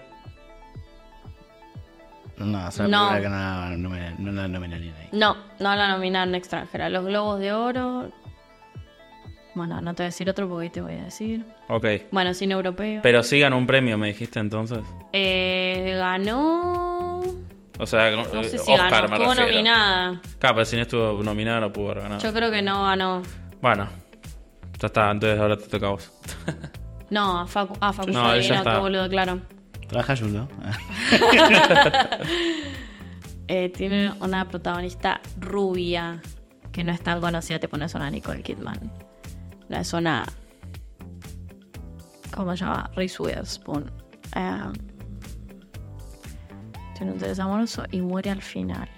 [SPEAKER 1] No, es una
[SPEAKER 2] No.
[SPEAKER 1] película que no, no, me, no la nominaría ahí.
[SPEAKER 2] No, no la nominaron extranjera. Los Globos de Oro. Bueno, no te voy a decir otro porque ahí te voy a decir.
[SPEAKER 3] Ok.
[SPEAKER 2] Bueno, cine europeo.
[SPEAKER 3] Pero sí ganó un premio, me dijiste entonces.
[SPEAKER 2] Eh, ganó.
[SPEAKER 3] O sea,
[SPEAKER 2] No sé
[SPEAKER 3] eh,
[SPEAKER 2] si
[SPEAKER 3] Oscar
[SPEAKER 2] ganó.
[SPEAKER 3] me
[SPEAKER 2] Estuvo
[SPEAKER 3] refiero. Ah.
[SPEAKER 2] nominada.
[SPEAKER 3] Claro, pero si no estuvo nominada no pudo haber ganado.
[SPEAKER 2] Yo creo que no ganó.
[SPEAKER 3] Bueno. Ya está, entonces ahora te toca a vos.
[SPEAKER 2] No, a Facu. Ah, Facu.
[SPEAKER 3] No,
[SPEAKER 2] Fadi,
[SPEAKER 3] ella
[SPEAKER 2] no,
[SPEAKER 3] está.
[SPEAKER 2] qué boludo, claro.
[SPEAKER 1] Trabaja Julio.
[SPEAKER 2] Eh, tiene una protagonista rubia que no es tan conocida, te pones una Nicole Kidman. La zona. ¿Cómo se llama? Reese Witherspoon. Eh, tiene un interés amoroso y muere al final.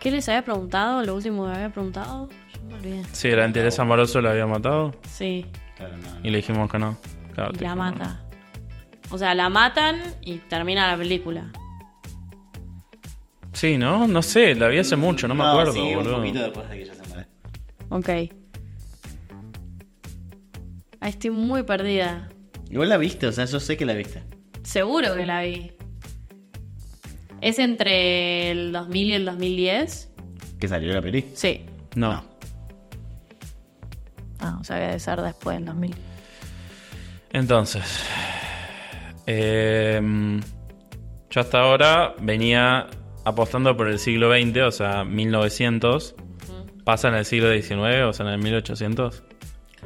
[SPEAKER 2] ¿Qué les había preguntado? Lo último que había preguntado. Yo me olvidé.
[SPEAKER 3] Sí, el interés amoroso la había matado
[SPEAKER 2] Sí,
[SPEAKER 1] Claro, no, no.
[SPEAKER 3] y le dijimos que no. Claro,
[SPEAKER 2] y
[SPEAKER 3] te
[SPEAKER 2] la
[SPEAKER 3] dijimos,
[SPEAKER 2] mata. O sea, la matan y termina la película.
[SPEAKER 3] no. Sí, ¿no? No sé, la vi hace mucho, no me acuerdo,
[SPEAKER 1] sí,
[SPEAKER 3] boludo.
[SPEAKER 1] Un poquito después de que ella se muere.
[SPEAKER 2] Ok. Ay, estoy muy perdida.
[SPEAKER 1] Igual la viste, o sea, yo sé que la viste.
[SPEAKER 2] Seguro que la vi. ¿Es entre el 2000 y el 2010?
[SPEAKER 1] ¿Que salió la peli?
[SPEAKER 2] Sí.
[SPEAKER 3] No.
[SPEAKER 2] Ah, o sea, debe ser después del 2000.
[SPEAKER 3] Entonces. em, yo hasta ahora venía apostando por el siglo XX, o sea, 1900. Pasa en el siglo XIX, o sea, en el 1800.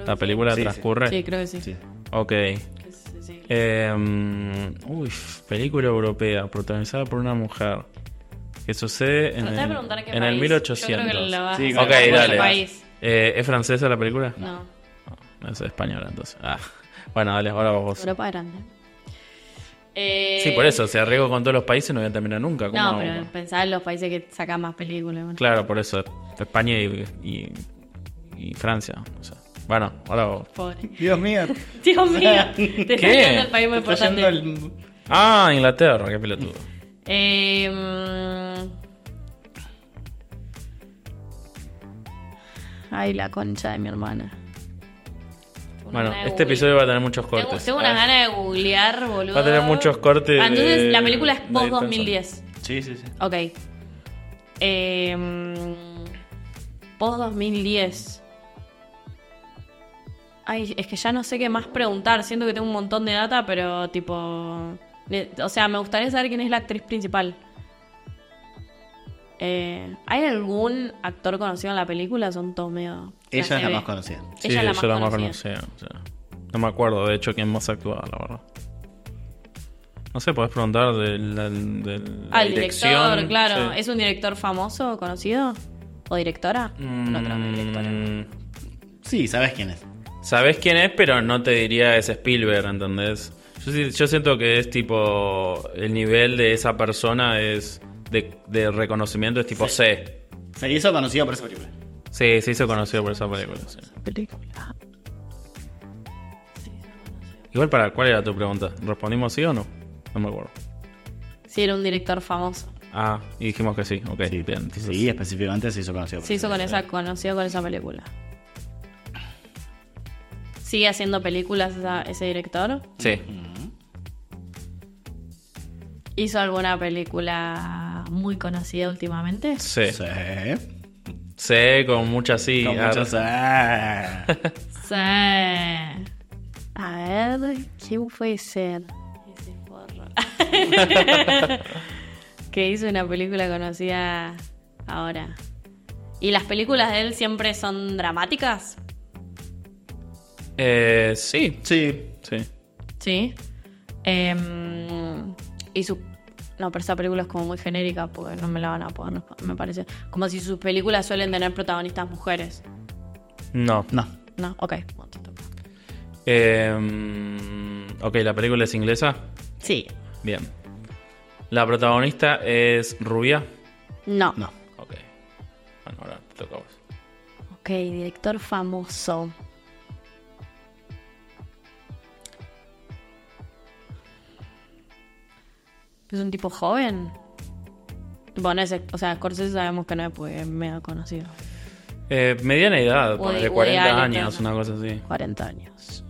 [SPEAKER 3] La película
[SPEAKER 1] Sí, sí.
[SPEAKER 3] transcurre.
[SPEAKER 2] Sí, creo que sí.
[SPEAKER 1] Sí.
[SPEAKER 3] Ok. Em, uy, película europea, protagonizada por una mujer. que sucede en
[SPEAKER 2] Traté de
[SPEAKER 3] el,
[SPEAKER 2] preguntar qué
[SPEAKER 3] en
[SPEAKER 2] país.
[SPEAKER 3] el
[SPEAKER 2] Yo
[SPEAKER 3] 1800.
[SPEAKER 2] creo que lo vas
[SPEAKER 1] Sí,
[SPEAKER 2] a
[SPEAKER 1] claro.
[SPEAKER 3] ok,
[SPEAKER 2] saber por el
[SPEAKER 3] dale.
[SPEAKER 2] país.
[SPEAKER 3] Eh, ¿Es francesa la película?
[SPEAKER 2] No,
[SPEAKER 3] No, es española entonces. Ah. Bueno, dale, ahora vos.
[SPEAKER 2] Europa grande. Eh,
[SPEAKER 3] Sí, por eso, si arriesgo con todos los países no voy a terminar nunca. ¿cómo
[SPEAKER 2] No,
[SPEAKER 3] hago?
[SPEAKER 2] pero pensá en los países que sacan más películas. bueno.
[SPEAKER 3] Claro, por eso. España y, y- y Francia. o sea. Bueno, ahora vos.
[SPEAKER 2] Pobre.
[SPEAKER 1] Dios mío.
[SPEAKER 2] Dios mío, te está
[SPEAKER 3] ¿Qué?
[SPEAKER 2] yendo el país muy
[SPEAKER 1] Está yendo
[SPEAKER 2] importante.
[SPEAKER 1] el...
[SPEAKER 3] Ah, Inglaterra, qué pelotudo.
[SPEAKER 2] Eh, mm. Ay, la concha de mi hermana. Tengo una gana
[SPEAKER 3] Bueno,
[SPEAKER 2] de
[SPEAKER 3] este
[SPEAKER 2] googlear.
[SPEAKER 3] episodio va a tener muchos
[SPEAKER 2] Tengo-
[SPEAKER 3] cortes.
[SPEAKER 2] Tengo, una
[SPEAKER 3] Ah,
[SPEAKER 2] gana de googlear, boludo.
[SPEAKER 3] Va a tener muchos cortes
[SPEAKER 2] Ah, Entonces,
[SPEAKER 3] de-
[SPEAKER 2] la película es
[SPEAKER 3] de
[SPEAKER 2] post
[SPEAKER 3] Dispenser.
[SPEAKER 2] 2010.
[SPEAKER 1] Sí, sí, sí.
[SPEAKER 2] Ok. Eh, mm, post 2010. Ay, es que ya no sé qué más preguntar. Siento que tengo un montón de data, pero tipo. ne- O sea, me gustaría saber quién es la actriz principal. Eh, ¿Hay algún actor conocido en la película? Son todos medio.
[SPEAKER 1] Ella es la
[SPEAKER 2] clase B.
[SPEAKER 1] más conocida.
[SPEAKER 2] Ella
[SPEAKER 3] Sí,
[SPEAKER 2] es la más
[SPEAKER 3] yo la más
[SPEAKER 2] conocida.
[SPEAKER 3] conocida. o sea. no me acuerdo, de hecho, quién más actuaba, la verdad. No sé, podés preguntar de la, de la
[SPEAKER 2] Ah, el
[SPEAKER 3] dirección.
[SPEAKER 2] director, claro.
[SPEAKER 3] sí.
[SPEAKER 2] ¿Es un director famoso o conocido? ¿O directora? No, otra directora.
[SPEAKER 3] Mm,
[SPEAKER 1] Sí, sabes quién es.
[SPEAKER 3] Sabés quién es, pero no te diría es Spielberg, ¿entendés? Yo, sí- yo siento que es tipo. El nivel de esa persona es. De, de reconocimiento es tipo
[SPEAKER 1] Sí.
[SPEAKER 3] C.
[SPEAKER 1] Se hizo conocida por esa película.
[SPEAKER 3] Sí, se hizo conocido por esa película. sí. Igual, para ¿cuál era tu pregunta? ¿Respondimos sí o no? No me acuerdo.
[SPEAKER 2] Sí, era un director famoso.
[SPEAKER 3] Ah, y dijimos que sí. Ok,
[SPEAKER 1] Sí,
[SPEAKER 3] bien. entonces-
[SPEAKER 1] sí, específicamente se hizo conocida. por
[SPEAKER 2] Se hizo con esa, conocido con esa película. ¿Sigue haciendo películas esa- ese director?
[SPEAKER 3] Sí.
[SPEAKER 2] ¿Hizo alguna película muy conocida últimamente?
[SPEAKER 3] Sí. Sí,
[SPEAKER 1] Sí.
[SPEAKER 3] con muchas sí.
[SPEAKER 1] Con
[SPEAKER 3] ar-
[SPEAKER 1] muchos, ah.
[SPEAKER 2] Sí. A ver, ¿qué puede ser? Ese forro. que hizo una película conocida ahora. ¿Y las películas de él siempre son dramáticas?
[SPEAKER 3] Eh, sí.
[SPEAKER 1] Sí.
[SPEAKER 3] Sí.
[SPEAKER 2] Sí. Em, y su. No, pero esta película es como muy genérica porque no me la van a poder, me parece. Como si sus películas suelen tener protagonistas mujeres.
[SPEAKER 3] No.
[SPEAKER 1] No.
[SPEAKER 2] No, ok. bueno, te toca.
[SPEAKER 3] Eh, ok, la película es inglesa.
[SPEAKER 2] Sí.
[SPEAKER 3] Bien. La protagonista es rubia.
[SPEAKER 2] No.
[SPEAKER 1] No.
[SPEAKER 3] Ok. Bueno, ahora te toca a vos.
[SPEAKER 2] Ok, director famoso. ¿Es un tipo joven? Bueno, es, o sea, Scorsese sabemos que no es porque es medio conocido.
[SPEAKER 3] Eh, mediana edad,
[SPEAKER 2] Woody-
[SPEAKER 3] ponele
[SPEAKER 2] Woody
[SPEAKER 3] 40
[SPEAKER 2] Allen,
[SPEAKER 3] años,
[SPEAKER 2] ¿no?
[SPEAKER 3] una cosa así.
[SPEAKER 2] 40 años.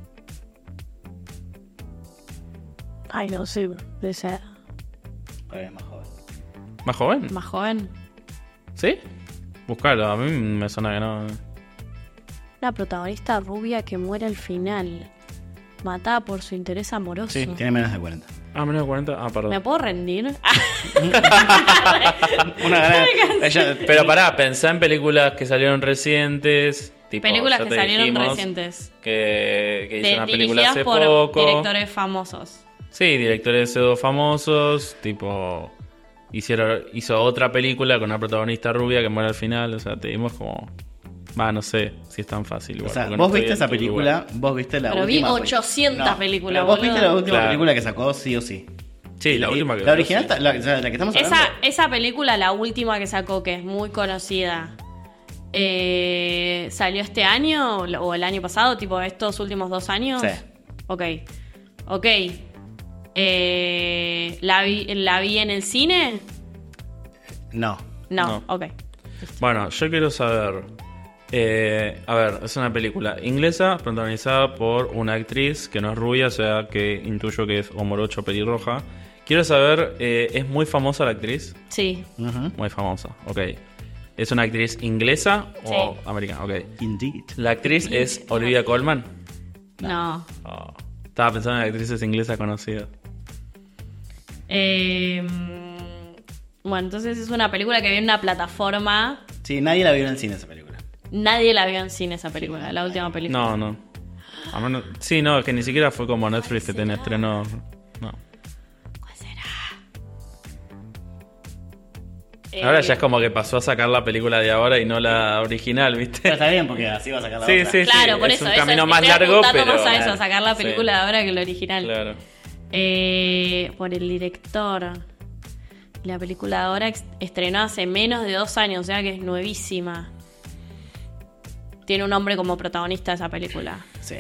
[SPEAKER 2] Ay, no sé, de esa
[SPEAKER 1] Ahora es más joven.
[SPEAKER 3] ¿Más joven?
[SPEAKER 2] más joven.
[SPEAKER 3] ¿Sí? Buscalo, a mí me suena que no.
[SPEAKER 2] La protagonista rubia que muere al final, matada por su interés amoroso.
[SPEAKER 1] Sí, tiene menos de 40.
[SPEAKER 3] Ah, menos de 40. Ah, perdón.
[SPEAKER 2] ¿Me puedo rendir?
[SPEAKER 1] Una gran. Ella,
[SPEAKER 3] Pero pará, pensá en películas que salieron recientes. Tipo,
[SPEAKER 2] Películas
[SPEAKER 3] ya
[SPEAKER 2] que
[SPEAKER 3] te
[SPEAKER 2] salieron
[SPEAKER 3] dijimos
[SPEAKER 2] recientes.
[SPEAKER 3] Que, que hizo
[SPEAKER 2] De-
[SPEAKER 3] una película
[SPEAKER 2] dirigidas
[SPEAKER 3] hace
[SPEAKER 2] por
[SPEAKER 3] poco.
[SPEAKER 2] directores famosos.
[SPEAKER 3] Sí, directores pseudo famosos. Tipo, hicieron, hizo otra película con una protagonista rubia que muere al final. O sea, te dimos como. Va, no sé si es tan
[SPEAKER 1] o
[SPEAKER 3] fácil. igual,
[SPEAKER 1] sea,
[SPEAKER 3] porque no
[SPEAKER 1] vos
[SPEAKER 3] estoy
[SPEAKER 1] viste
[SPEAKER 3] en
[SPEAKER 1] esa
[SPEAKER 3] tu
[SPEAKER 1] película,
[SPEAKER 3] lugar.
[SPEAKER 1] vos viste la
[SPEAKER 2] Pero vi
[SPEAKER 1] última.
[SPEAKER 2] 800 películas,
[SPEAKER 1] pero vos
[SPEAKER 2] boludo.
[SPEAKER 1] viste la última
[SPEAKER 3] Claro.
[SPEAKER 1] película que sacó, sí o sí.
[SPEAKER 3] Sí, la última que
[SPEAKER 1] La original, está- la, o sea, la que estamos hablando.
[SPEAKER 2] Esa, esa película, la última que sacó, que es muy conocida, eh, ¿salió este año o el año pasado? Tipo, estos últimos dos años.
[SPEAKER 1] Sí.
[SPEAKER 2] Ok. Ok. Eh, ¿la, vi, ¿La vi en el cine?
[SPEAKER 1] No.
[SPEAKER 2] No.
[SPEAKER 3] No.
[SPEAKER 2] Ok.
[SPEAKER 3] Bueno, yo quiero saber. eh, a ver, es una película inglesa protagonizada por una actriz que no es rubia, o sea que intuyo que es o morocho o pelirroja. Quiero saber, eh, ¿es muy famosa la actriz?
[SPEAKER 2] Sí.
[SPEAKER 1] Ujú.
[SPEAKER 3] Muy famosa, ok. ¿Es una actriz inglesa o
[SPEAKER 2] Sí.
[SPEAKER 3] americana? Ok.
[SPEAKER 1] Indeed.
[SPEAKER 3] ¿La actriz es Olivia Colman?
[SPEAKER 2] No.
[SPEAKER 3] Oh, Estaba pensando en actrices inglesas conocidas.
[SPEAKER 2] Eh, bueno, entonces es una película que vi en una plataforma.
[SPEAKER 1] Sí, nadie la vio en el cine esa película.
[SPEAKER 2] Nadie la vio en cine esa película, la última película.
[SPEAKER 3] No, no. A menos- sí, no, que ni siquiera fue como Netflix que tiene estreno. No.
[SPEAKER 2] ¿Cuál será?
[SPEAKER 3] Ahora
[SPEAKER 2] Eh,
[SPEAKER 3] ya es como que pasó a sacar la película de ahora y no la original,
[SPEAKER 1] Pero
[SPEAKER 3] ¿viste?
[SPEAKER 1] está bien porque así va a sacar la
[SPEAKER 3] Sí,
[SPEAKER 1] otra.
[SPEAKER 3] sí.
[SPEAKER 2] Claro, por
[SPEAKER 3] es
[SPEAKER 2] eso.
[SPEAKER 3] un
[SPEAKER 2] eso,
[SPEAKER 3] camino
[SPEAKER 2] estoy
[SPEAKER 3] más largo,
[SPEAKER 2] apuntando
[SPEAKER 3] pero-
[SPEAKER 2] más a eso, a sacar la película
[SPEAKER 3] Sí.
[SPEAKER 2] de ahora que el original.
[SPEAKER 3] Claro.
[SPEAKER 2] Eh, por el director. La película de ahora ex- estrenó hace menos de dos años, o sea que es nuevísima. Tiene un hombre como protagonista esa película.
[SPEAKER 1] Sí.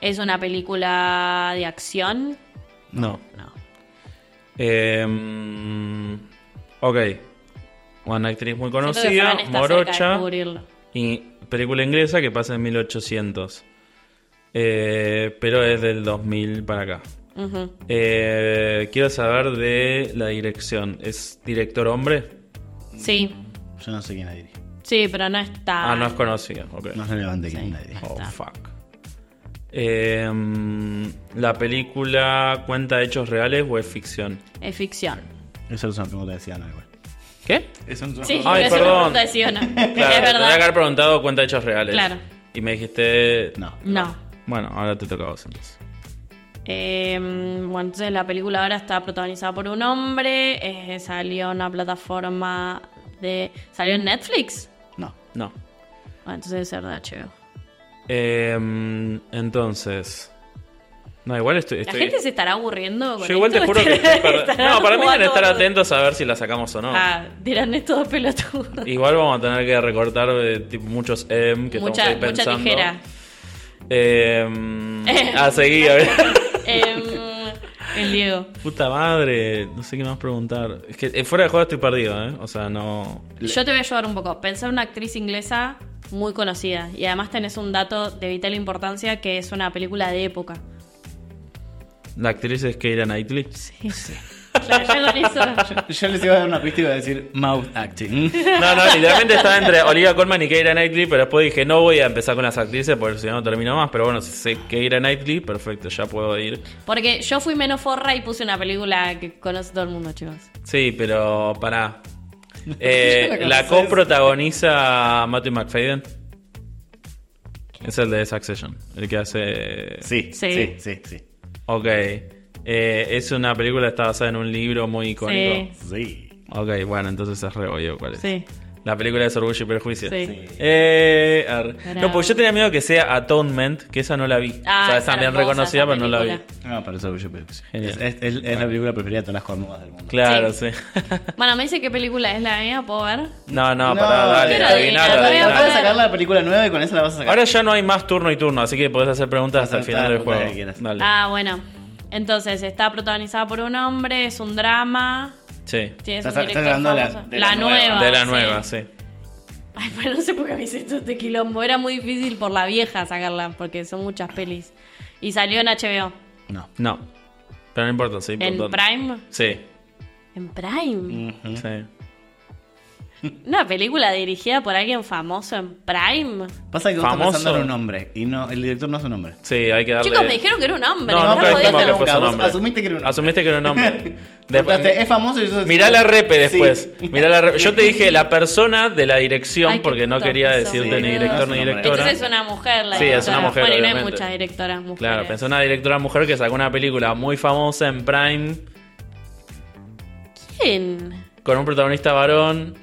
[SPEAKER 2] ¿Es una película de acción?
[SPEAKER 1] No.
[SPEAKER 2] No.
[SPEAKER 3] Eh, mm, ok. Una actriz muy
[SPEAKER 2] Siento que
[SPEAKER 3] conocida,
[SPEAKER 2] Fran está cerca de
[SPEAKER 3] morocha.
[SPEAKER 2] descubrirlo.
[SPEAKER 3] Y película inglesa que pasa en 1800. Eh, pero es del 2000 para acá.
[SPEAKER 2] Ujú.
[SPEAKER 3] Eh, quiero saber de la dirección. ¿Es director hombre?
[SPEAKER 2] Sí,
[SPEAKER 1] Yo no sé quién la dirige.
[SPEAKER 2] sí, pero no está.
[SPEAKER 3] Ah, no es conocida. Ok.
[SPEAKER 1] No es relevante
[SPEAKER 2] Sí.
[SPEAKER 1] quién la dirige.
[SPEAKER 3] Oh,
[SPEAKER 2] Está.
[SPEAKER 3] fuck. Eh, ¿La película cuenta hechos reales o es ficción?
[SPEAKER 2] Es ficción.
[SPEAKER 1] Eso es una pregunta de Ciano igual.
[SPEAKER 3] ¿Qué?
[SPEAKER 1] Eso no
[SPEAKER 2] Sí,
[SPEAKER 3] Ay,
[SPEAKER 2] pero es una
[SPEAKER 3] perdón.
[SPEAKER 2] pregunta de sí o no.
[SPEAKER 3] Claro,
[SPEAKER 2] es
[SPEAKER 3] tendría que
[SPEAKER 2] verdad.
[SPEAKER 3] haber preguntado cuenta hechos reales.
[SPEAKER 2] Claro.
[SPEAKER 3] Y me dijiste.
[SPEAKER 1] No.
[SPEAKER 2] No.
[SPEAKER 3] Bueno, ahora te toca a vos entonces.
[SPEAKER 2] Eh, bueno, entonces la película ahora está protagonizada por un hombre. eh, salió en una plataforma de. ¿Salió en Netflix?
[SPEAKER 1] No.
[SPEAKER 3] No.
[SPEAKER 2] Bueno, entonces debe ser de HBO.
[SPEAKER 3] Eh, entonces. No, igual estoy.
[SPEAKER 2] La
[SPEAKER 3] estoy-
[SPEAKER 2] gente se estará aburriendo. Con
[SPEAKER 3] Yo igual te
[SPEAKER 2] esto?
[SPEAKER 3] juro que. estoy per-
[SPEAKER 2] Estarán
[SPEAKER 3] No, para mí van a
[SPEAKER 2] jugando
[SPEAKER 3] estar
[SPEAKER 2] boludo.
[SPEAKER 3] atentos a ver si la sacamos o no.
[SPEAKER 2] Ah, dirán esto de pelotudo.
[SPEAKER 3] Igual vamos a tener que recortar eh, tipo, muchos M que
[SPEAKER 2] Mucha,
[SPEAKER 3] estamos
[SPEAKER 2] mucha
[SPEAKER 3] ahí pensando.
[SPEAKER 2] tijera.
[SPEAKER 3] Eh, a seguir, a ver.
[SPEAKER 2] Em, el Diego.
[SPEAKER 3] Puta madre, no sé qué más preguntar. Es que eh, fuera de juego estoy perdido, ¿eh? O sea, no.
[SPEAKER 2] Yo te voy a ayudar un poco. Pensé en una actriz inglesa muy conocida. Y además tenés un dato de vital importancia que es una película de época.
[SPEAKER 3] La actriz es Keira Knightley.
[SPEAKER 2] Sí, sí. Claro, ya con eso.
[SPEAKER 1] Yo les iba a dar una pista y iba a decir mouth acting.
[SPEAKER 3] No, no, literalmente estaba entre Olivia Colman y Keira Knightley, pero después dije, no voy a empezar con las actrices porque si no, no termino más. Pero bueno, si sé Keira Knightley, perfecto, ya puedo ir.
[SPEAKER 2] Porque yo fui menos forra y puse una película que conoce todo el mundo, chicos.
[SPEAKER 3] Sí, pero pará. Eh,
[SPEAKER 1] Yo la
[SPEAKER 3] la
[SPEAKER 1] conocí.
[SPEAKER 3] coprotagoniza Matthew McFadden. Es el de Succession, el que hace...
[SPEAKER 1] Sí,
[SPEAKER 2] Sí.
[SPEAKER 1] sí, sí, sí.
[SPEAKER 3] Ok. Eh, es una película, está basada en un libro muy icónico.
[SPEAKER 1] Sí.
[SPEAKER 3] Ok, bueno, entonces es re obvio cuál es.
[SPEAKER 2] Sí.
[SPEAKER 3] La película es Orgullo y Prejuicio.
[SPEAKER 2] Sí.
[SPEAKER 3] Eh, arre.
[SPEAKER 2] Bravo.
[SPEAKER 3] no, porque yo tenía miedo que sea Atonement, que esa no la vi.
[SPEAKER 2] Ah,
[SPEAKER 3] o sea,
[SPEAKER 2] es
[SPEAKER 3] esa bien
[SPEAKER 2] hermosa
[SPEAKER 3] reconocida,
[SPEAKER 2] esa
[SPEAKER 3] pero no la vi.
[SPEAKER 2] película.
[SPEAKER 1] No, pero eso yo es,
[SPEAKER 3] Genial.
[SPEAKER 1] es, es- es la película preferida de todas las cornudas del mundo.
[SPEAKER 3] Claro, sí.
[SPEAKER 2] Bueno, me dice qué película es la mía, puedo ver.
[SPEAKER 3] no, no, pará, dale,
[SPEAKER 2] quiero adivinar,
[SPEAKER 3] adivinalo, adivinalo.
[SPEAKER 1] Acabas de
[SPEAKER 2] adivinar.
[SPEAKER 1] sacar la película nueva y con esa la vas a sacar.
[SPEAKER 3] Ahora ya no hay más turno y turno, así que podés hacer preguntas hasta el
[SPEAKER 1] Hasta
[SPEAKER 3] final
[SPEAKER 1] la
[SPEAKER 3] del
[SPEAKER 1] pregunta
[SPEAKER 3] juego.
[SPEAKER 1] que quieras.
[SPEAKER 3] Dale.
[SPEAKER 2] Ah, bueno. Entonces, está protagonizada por un hombre, es un drama.
[SPEAKER 3] Sí.
[SPEAKER 2] Tiene
[SPEAKER 1] Estás-
[SPEAKER 2] su director
[SPEAKER 1] estás hablando de la-
[SPEAKER 2] famoso.
[SPEAKER 1] de la nueva.
[SPEAKER 2] nueva.
[SPEAKER 3] De la
[SPEAKER 2] sí.
[SPEAKER 3] nueva, sí.
[SPEAKER 2] Ay, pero no sé por qué me hice esto de quilombo. Era muy difícil por la vieja sacarla, porque son muchas pelis. Y salió en HBO.
[SPEAKER 1] No.
[SPEAKER 3] No. Pero no importa, sí.
[SPEAKER 2] ¿En
[SPEAKER 3] importante.
[SPEAKER 2] Prime?
[SPEAKER 3] Sí.
[SPEAKER 2] ¿En Prime?
[SPEAKER 1] Ujú.
[SPEAKER 3] sí.
[SPEAKER 1] Mm.
[SPEAKER 2] ¿Una película dirigida por alguien famoso en Prime?
[SPEAKER 1] Pasa que vos estás
[SPEAKER 3] Famoso.
[SPEAKER 1] pensando en un hombre y no, el director no es un hombre.
[SPEAKER 3] Sí, hay que darle.
[SPEAKER 2] Chicos, me dijeron que era un hombre.
[SPEAKER 3] No,
[SPEAKER 2] me
[SPEAKER 3] nunca
[SPEAKER 2] están
[SPEAKER 3] dijimos
[SPEAKER 2] jodiendo.
[SPEAKER 3] que fue su
[SPEAKER 1] Vos
[SPEAKER 3] nombre.
[SPEAKER 1] asumiste que era un hombre.
[SPEAKER 3] Asumiste que era un hombre. Después-
[SPEAKER 1] Preguntaste, es famoso y yo
[SPEAKER 3] Mirá la repe después.
[SPEAKER 1] Sí.
[SPEAKER 3] Mirá la repe. Yo te dije la persona de la dirección
[SPEAKER 2] Ay, qué
[SPEAKER 3] porque no
[SPEAKER 2] puto
[SPEAKER 3] quería
[SPEAKER 2] que
[SPEAKER 3] decirte
[SPEAKER 1] sos.
[SPEAKER 3] ni
[SPEAKER 1] Sí,
[SPEAKER 3] director
[SPEAKER 1] no,
[SPEAKER 3] ni
[SPEAKER 1] no, no,
[SPEAKER 3] directora.
[SPEAKER 2] Entonces es una mujer la
[SPEAKER 3] Sí, es
[SPEAKER 2] directora.
[SPEAKER 3] una mujer,
[SPEAKER 2] Bueno, y no hay
[SPEAKER 3] obviamente.
[SPEAKER 2] muchas directoras mujeres.
[SPEAKER 3] Claro, pensé en una directora mujer que sacó una película muy famosa en Prime
[SPEAKER 2] ¿Quién?
[SPEAKER 3] con un protagonista varón.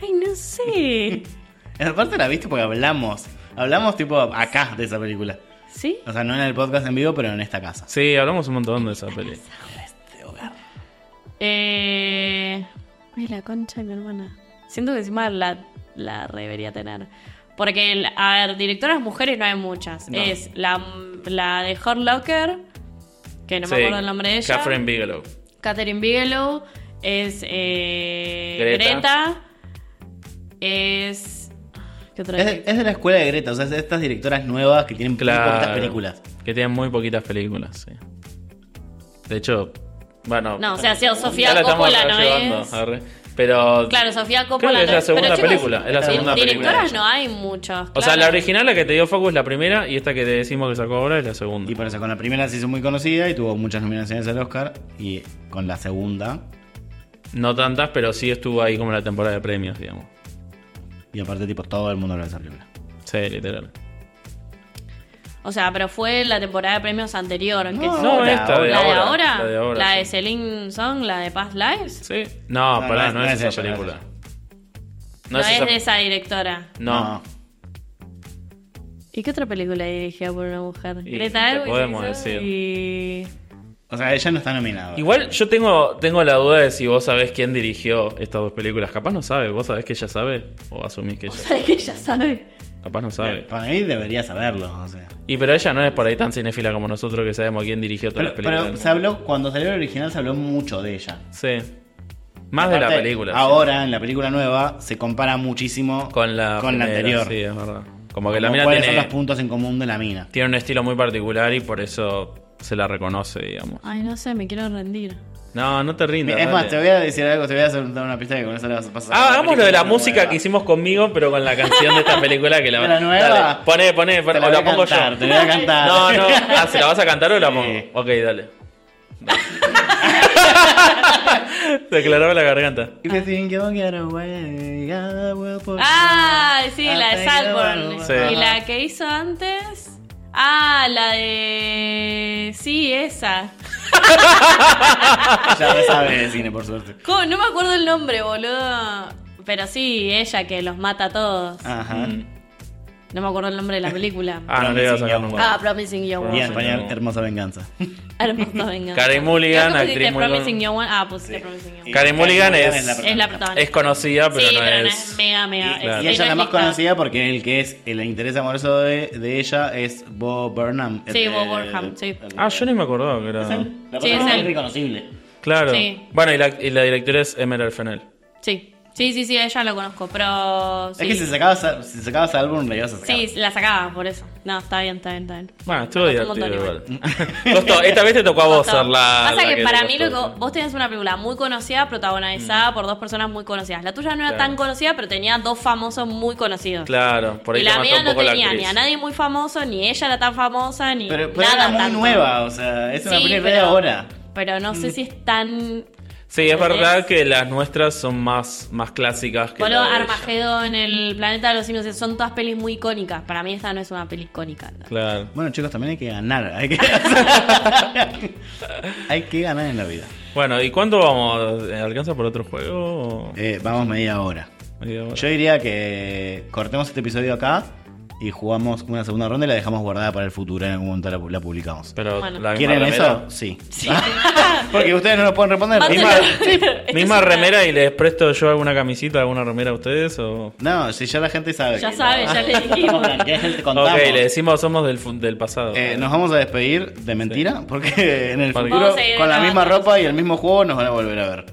[SPEAKER 2] Ay, no sé.
[SPEAKER 1] En Aparte la viste porque hablamos. Hablamos tipo acá de esa película.
[SPEAKER 2] ¿Sí?
[SPEAKER 1] O sea, no en el podcast en vivo, pero en esta casa.
[SPEAKER 3] Sí, hablamos un montón de esa peli.
[SPEAKER 2] Eh... Ay, la concha de mi hermana. Siento que encima la, la debería tener. Porque, el- a ver, directoras mujeres no hay muchas.
[SPEAKER 1] No.
[SPEAKER 2] Es la, la de Hurt Locker, que no me
[SPEAKER 3] Sí,
[SPEAKER 2] acuerdo el nombre de ella.
[SPEAKER 3] Catherine Bigelow.
[SPEAKER 2] Catherine Bigelow. Es eh,
[SPEAKER 3] Greta.
[SPEAKER 2] Greta. Es... ¿Qué otra
[SPEAKER 1] Es de, es de la escuela de Greta, o sea, es de estas directoras nuevas que tienen muy pocas
[SPEAKER 3] Claro.
[SPEAKER 1] películas.
[SPEAKER 3] Que tienen muy poquitas películas, sí. De hecho, bueno.
[SPEAKER 2] No, o sea, sí, Sofía
[SPEAKER 3] ya la estamos
[SPEAKER 2] Coppola no
[SPEAKER 3] llevando,
[SPEAKER 2] es.
[SPEAKER 3] arre. Pero.
[SPEAKER 2] Claro, Sofía
[SPEAKER 3] Creo
[SPEAKER 2] Coppola.
[SPEAKER 3] que es
[SPEAKER 2] no-
[SPEAKER 3] la segunda
[SPEAKER 2] pero, chicos,
[SPEAKER 3] película, es la
[SPEAKER 2] di-
[SPEAKER 3] segunda película.
[SPEAKER 2] directoras no hay muchas.
[SPEAKER 3] O sea, la original, la que te dio Focus, es la primera, y esta que te decimos que sacó ahora es la segunda.
[SPEAKER 1] Y por eso, con la primera se hizo muy conocida y tuvo muchas nominaciones al Oscar. Y con la segunda,
[SPEAKER 3] No tantas, pero sí estuvo ahí como en la temporada de premios, digamos.
[SPEAKER 1] y aparte, tipo, todo el mundo lo ve esa película.
[SPEAKER 3] Sí, literal.
[SPEAKER 2] O sea, pero fue la temporada de premios anterior. que-
[SPEAKER 1] No,
[SPEAKER 3] No,
[SPEAKER 1] Ahora,
[SPEAKER 3] esta de
[SPEAKER 2] ¿La de
[SPEAKER 3] ahora,
[SPEAKER 2] ahora?
[SPEAKER 3] La de ahora. sí.
[SPEAKER 2] Celine Song, la de Past Lives.
[SPEAKER 3] Sí. No,
[SPEAKER 1] No,
[SPEAKER 3] Ah, pará,
[SPEAKER 1] no
[SPEAKER 3] no,
[SPEAKER 1] es-
[SPEAKER 3] es,
[SPEAKER 1] no es
[SPEAKER 3] esa
[SPEAKER 1] ella,
[SPEAKER 3] película.
[SPEAKER 2] No, es, de esa directora.
[SPEAKER 3] No.
[SPEAKER 2] ¿Y qué otra película dirigida por una mujer?
[SPEAKER 3] Y
[SPEAKER 2] Greta
[SPEAKER 3] te
[SPEAKER 2] Gerwig
[SPEAKER 3] podemos
[SPEAKER 2] hizo
[SPEAKER 3] decir.
[SPEAKER 2] y-
[SPEAKER 1] O sea, ella no está nominada.
[SPEAKER 3] Igual yo tengo, tengo la duda de si vos sabés quién dirigió estas dos películas. Capaz no sabe, vos sabés que ella sabe o asumís que ella.
[SPEAKER 2] ¿Sabes que ella sabe?
[SPEAKER 3] Capaz no sabe.
[SPEAKER 1] Para mí debería saberlo, o sea.
[SPEAKER 3] Y pero ella no es por ahí tan cinéfila como nosotros que sabemos quién dirigió todas
[SPEAKER 1] Pero,
[SPEAKER 3] las
[SPEAKER 1] pero
[SPEAKER 3] películas.
[SPEAKER 1] se habló, cuando salió el original se habló mucho de ella.
[SPEAKER 3] sí. Más de la
[SPEAKER 1] Aparte,
[SPEAKER 3] película. sí.
[SPEAKER 1] Ahora, en la película nueva, se compara muchísimo
[SPEAKER 3] Con la, primera,
[SPEAKER 1] anterior.
[SPEAKER 3] Sí, es verdad. Como que
[SPEAKER 1] Como
[SPEAKER 3] la mina
[SPEAKER 1] ¿Cuáles son
[SPEAKER 3] tiene,
[SPEAKER 1] los puntos en común de la mina?
[SPEAKER 3] tiene un estilo muy particular y por eso se la reconoce, digamos.
[SPEAKER 2] Ay, no sé, me quiero rendir.
[SPEAKER 3] No, no te rindas.
[SPEAKER 1] Es más,
[SPEAKER 3] dale.
[SPEAKER 1] te voy a decir algo, te voy a hacer dar una pista que con eso le vas a pasar.
[SPEAKER 3] Ah, hagamos lo de la
[SPEAKER 1] película
[SPEAKER 3] música
[SPEAKER 1] nueva.
[SPEAKER 3] que hicimos conmigo, pero con la canción de esta película que la,
[SPEAKER 1] ¿De la nueva?
[SPEAKER 3] Dale, Poné, poné,
[SPEAKER 1] Te
[SPEAKER 3] poné
[SPEAKER 1] la
[SPEAKER 3] o
[SPEAKER 1] voy
[SPEAKER 3] la
[SPEAKER 1] a
[SPEAKER 3] pongo
[SPEAKER 1] cantar,
[SPEAKER 3] yo.
[SPEAKER 1] te la voy a cantar.
[SPEAKER 3] No, no, ah, ¿se la vas a cantar o la
[SPEAKER 1] Sí.
[SPEAKER 3] pongo? Ok, dale. Se aclaraba la garganta.
[SPEAKER 1] If you think you'll get away, I will put-
[SPEAKER 2] Ah, sí, la de Salborn.
[SPEAKER 3] Sí.
[SPEAKER 2] Y la que hizo antes. Ah, la de. Sí, esa.
[SPEAKER 1] Ya lo sabe de cine, por suerte.
[SPEAKER 2] ¿Cómo? No me acuerdo el nombre, boludo. Pero sí, ella que los mata a todos.
[SPEAKER 1] Ajá.
[SPEAKER 3] Mm.
[SPEAKER 2] No me acuerdo el nombre de la película. Ah,
[SPEAKER 3] Ah, no le iba a sacar
[SPEAKER 1] Promising
[SPEAKER 3] nunca.
[SPEAKER 2] Promising Young
[SPEAKER 1] Y
[SPEAKER 2] Woman.
[SPEAKER 1] en español, hermosa venganza.
[SPEAKER 2] Hermoso, venga.
[SPEAKER 3] Karen Mulligan,
[SPEAKER 2] Creo que pusiste
[SPEAKER 3] actriz muy
[SPEAKER 2] Promising
[SPEAKER 3] con-
[SPEAKER 2] Young Woman. Ah, pusiste Promising Young
[SPEAKER 3] Karen Mulligan es-
[SPEAKER 2] Es la protagonista.
[SPEAKER 3] Es conocida, pero
[SPEAKER 2] sí,
[SPEAKER 3] no
[SPEAKER 2] pero no
[SPEAKER 3] es.
[SPEAKER 2] es mega, mega.
[SPEAKER 3] Y-
[SPEAKER 2] es-
[SPEAKER 1] Y ella es la más
[SPEAKER 2] lista.
[SPEAKER 1] conocida porque el que es el interés amoroso de, de ella es Bob Burnham.
[SPEAKER 2] Sí,
[SPEAKER 1] El-
[SPEAKER 2] Bo Burnham, sí.
[SPEAKER 3] Ah, yo ni me acordaba que
[SPEAKER 1] Es
[SPEAKER 3] era.
[SPEAKER 1] él. La
[SPEAKER 2] Sí,
[SPEAKER 1] persona
[SPEAKER 2] es
[SPEAKER 1] más
[SPEAKER 2] él.
[SPEAKER 1] reconocible.
[SPEAKER 3] Claro.
[SPEAKER 2] Sí.
[SPEAKER 3] Bueno, y la, y la directora es Emerald Fennell.
[SPEAKER 2] Sí. sí, sí, sí, a ella lo conozco, pero. Sí,
[SPEAKER 1] Es que si sacabas, a- si sacabas álbum, le ibas a sacar.
[SPEAKER 2] sí, la sacaba, por eso. No, está bien, está bien, está bien.
[SPEAKER 3] Bueno, estuvo
[SPEAKER 2] Me costó un
[SPEAKER 3] divertido igual.
[SPEAKER 2] montón
[SPEAKER 3] Costó- esta vez te tocó a vos ser la.
[SPEAKER 2] Pasa
[SPEAKER 3] la
[SPEAKER 2] que,
[SPEAKER 3] te
[SPEAKER 2] para mí,
[SPEAKER 3] costó.
[SPEAKER 2] loco, vos tenías una película muy conocida, protagonizada por dos personas muy conocidas. La tuya no era
[SPEAKER 3] Mm. Claro.
[SPEAKER 2] tan conocida, pero tenía dos famosos muy conocidos.
[SPEAKER 3] Claro, por ahí
[SPEAKER 2] y
[SPEAKER 3] te
[SPEAKER 2] la
[SPEAKER 3] mató
[SPEAKER 2] mía
[SPEAKER 3] un
[SPEAKER 2] no
[SPEAKER 3] poco la
[SPEAKER 2] tenía ni
[SPEAKER 3] actriz.
[SPEAKER 2] a nadie muy famoso, ni ella era tan famosa, ni
[SPEAKER 1] Pero, pero
[SPEAKER 2] nada
[SPEAKER 1] era muy
[SPEAKER 2] tanto.
[SPEAKER 1] nueva, o sea, es una
[SPEAKER 2] Sí,
[SPEAKER 1] película de
[SPEAKER 2] pero-
[SPEAKER 1] ahora. Mm.
[SPEAKER 2] Pero no sé si es tan.
[SPEAKER 3] Sí, es
[SPEAKER 2] ¿Entendés?
[SPEAKER 3] verdad que las nuestras son más, más clásicas que
[SPEAKER 2] Boludo,
[SPEAKER 3] la de ella.
[SPEAKER 2] Armagedón, El Planeta de los Simios, son todas pelis muy icónicas. Para mí esta no es una peli icónica. ¿no?
[SPEAKER 3] Claro.
[SPEAKER 1] Bueno, chicos, también hay que ganar. Hay que, hay que ganar en la vida.
[SPEAKER 3] Bueno, ¿y cuánto vamos? Eh, ¿Alcanza por otro juego? o
[SPEAKER 1] Eh, vamos media hora.
[SPEAKER 3] media hora?
[SPEAKER 1] Yo diría que cortemos este episodio acá y jugamos una segunda ronda y la dejamos guardada para el futuro. En algún momento la, la publicamos.
[SPEAKER 3] Pero
[SPEAKER 2] Bueno.
[SPEAKER 3] la misma
[SPEAKER 1] ¿Quieren
[SPEAKER 3] remera.
[SPEAKER 1] eso? Sí. Porque ustedes no lo pueden responder.
[SPEAKER 2] Mándalo.
[SPEAKER 1] Misma-
[SPEAKER 2] Esto
[SPEAKER 3] ¿Misma
[SPEAKER 2] es una-
[SPEAKER 3] remera y les presto yo alguna camisita, alguna remera a ustedes? O...
[SPEAKER 1] No, si ya la gente sabe.
[SPEAKER 2] Ya
[SPEAKER 1] que-
[SPEAKER 2] sabe, ya le dijimos.
[SPEAKER 1] Ya te
[SPEAKER 3] Ok,
[SPEAKER 1] contamos.
[SPEAKER 3] le decimos somos del, fu- del pasado.
[SPEAKER 1] Eh, nos vamos a despedir de mentira porque en el
[SPEAKER 3] Porque-
[SPEAKER 1] futuro
[SPEAKER 2] Vamos a ir
[SPEAKER 1] con la
[SPEAKER 2] grabando.
[SPEAKER 1] misma ropa y el mismo juego nos van a volver a ver.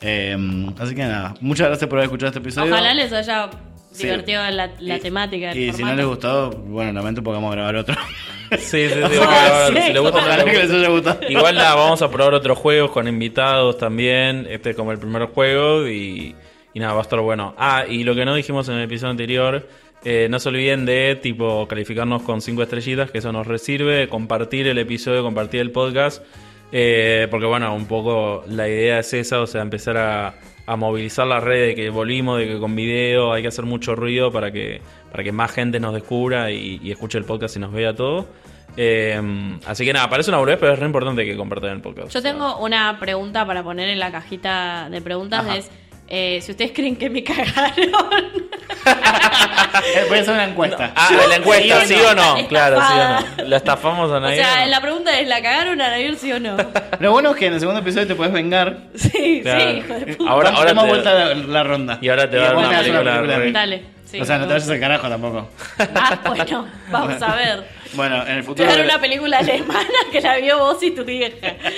[SPEAKER 1] Eh, así que nada, muchas gracias por haber escuchado este episodio.
[SPEAKER 2] Ojalá les haya
[SPEAKER 1] Sí.
[SPEAKER 2] divertido la, la
[SPEAKER 1] Y-
[SPEAKER 2] temática. el
[SPEAKER 1] Y si no
[SPEAKER 2] formato.
[SPEAKER 1] les gustó, bueno, lamento porque vamos a grabar otro.
[SPEAKER 3] Sí, sí, sí.
[SPEAKER 2] Ah,
[SPEAKER 3] ojalá,
[SPEAKER 2] sí.
[SPEAKER 3] si les gusta,
[SPEAKER 1] Ojalá
[SPEAKER 3] no les
[SPEAKER 1] que
[SPEAKER 3] gusta.
[SPEAKER 1] les haya gustado.
[SPEAKER 3] Igual nada, vamos a probar otros juegos con invitados también. Este es como el primer juego y, y nada, va a estar bueno. Ah, y lo que no dijimos en el episodio anterior, eh, no se olviden de tipo calificarnos con cinco estrellitas, que eso nos resirve, compartir el episodio, compartir el podcast. eh, porque bueno, un poco la idea es esa, o sea, empezar a, a movilizar la red de que volvimos, de que con video hay que hacer mucho ruido para que, para que más gente nos descubra y, y escuche el podcast y nos vea todo. Eh, así que nada, parece una boludez, pero es re importante que compartan el podcast.
[SPEAKER 2] Yo tengo una pregunta para poner en la cajita de preguntas.
[SPEAKER 3] Ajá.
[SPEAKER 2] Es eh, si ustedes creen que me cagaron.
[SPEAKER 1] Eh, Voy a hacer una encuesta.
[SPEAKER 3] Ah, de la encuesta,
[SPEAKER 2] Sí
[SPEAKER 3] ¿sí
[SPEAKER 2] o
[SPEAKER 3] o
[SPEAKER 2] no?
[SPEAKER 3] no?
[SPEAKER 2] Estafada.
[SPEAKER 3] Claro, sí o no. ¿La estafamos a
[SPEAKER 2] o
[SPEAKER 3] nadie?
[SPEAKER 2] sea,
[SPEAKER 3] no?
[SPEAKER 2] la pregunta es, ¿la cagaron a Nair sí o no?
[SPEAKER 1] Lo bueno es que en el segundo episodio te puedes vengar.
[SPEAKER 2] Sí,
[SPEAKER 3] Claro.
[SPEAKER 2] sí, hijo de puta.
[SPEAKER 3] Ahora, ahora
[SPEAKER 1] Damos
[SPEAKER 3] te-
[SPEAKER 1] vuelta la, la ronda.
[SPEAKER 3] Y ahora te va a dar
[SPEAKER 1] después
[SPEAKER 3] una
[SPEAKER 1] haces
[SPEAKER 3] película
[SPEAKER 1] película.
[SPEAKER 2] Dale. sí,
[SPEAKER 1] o sea, no te
[SPEAKER 2] me
[SPEAKER 1] vayas al carajo tampoco.
[SPEAKER 2] gusta. Ah, bueno, vamos a ver.
[SPEAKER 1] Bueno, en el
[SPEAKER 2] Te
[SPEAKER 1] futuro.
[SPEAKER 2] voy a dar una película alemana que la vio vos y tu vieja.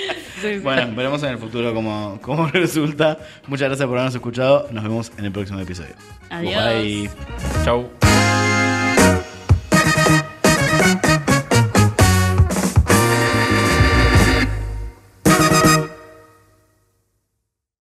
[SPEAKER 1] Bueno, veremos en el futuro cómo, cómo resulta. Muchas gracias por habernos escuchado. Nos vemos en el próximo episodio.
[SPEAKER 2] Adiós.
[SPEAKER 1] Bye.
[SPEAKER 3] Chau.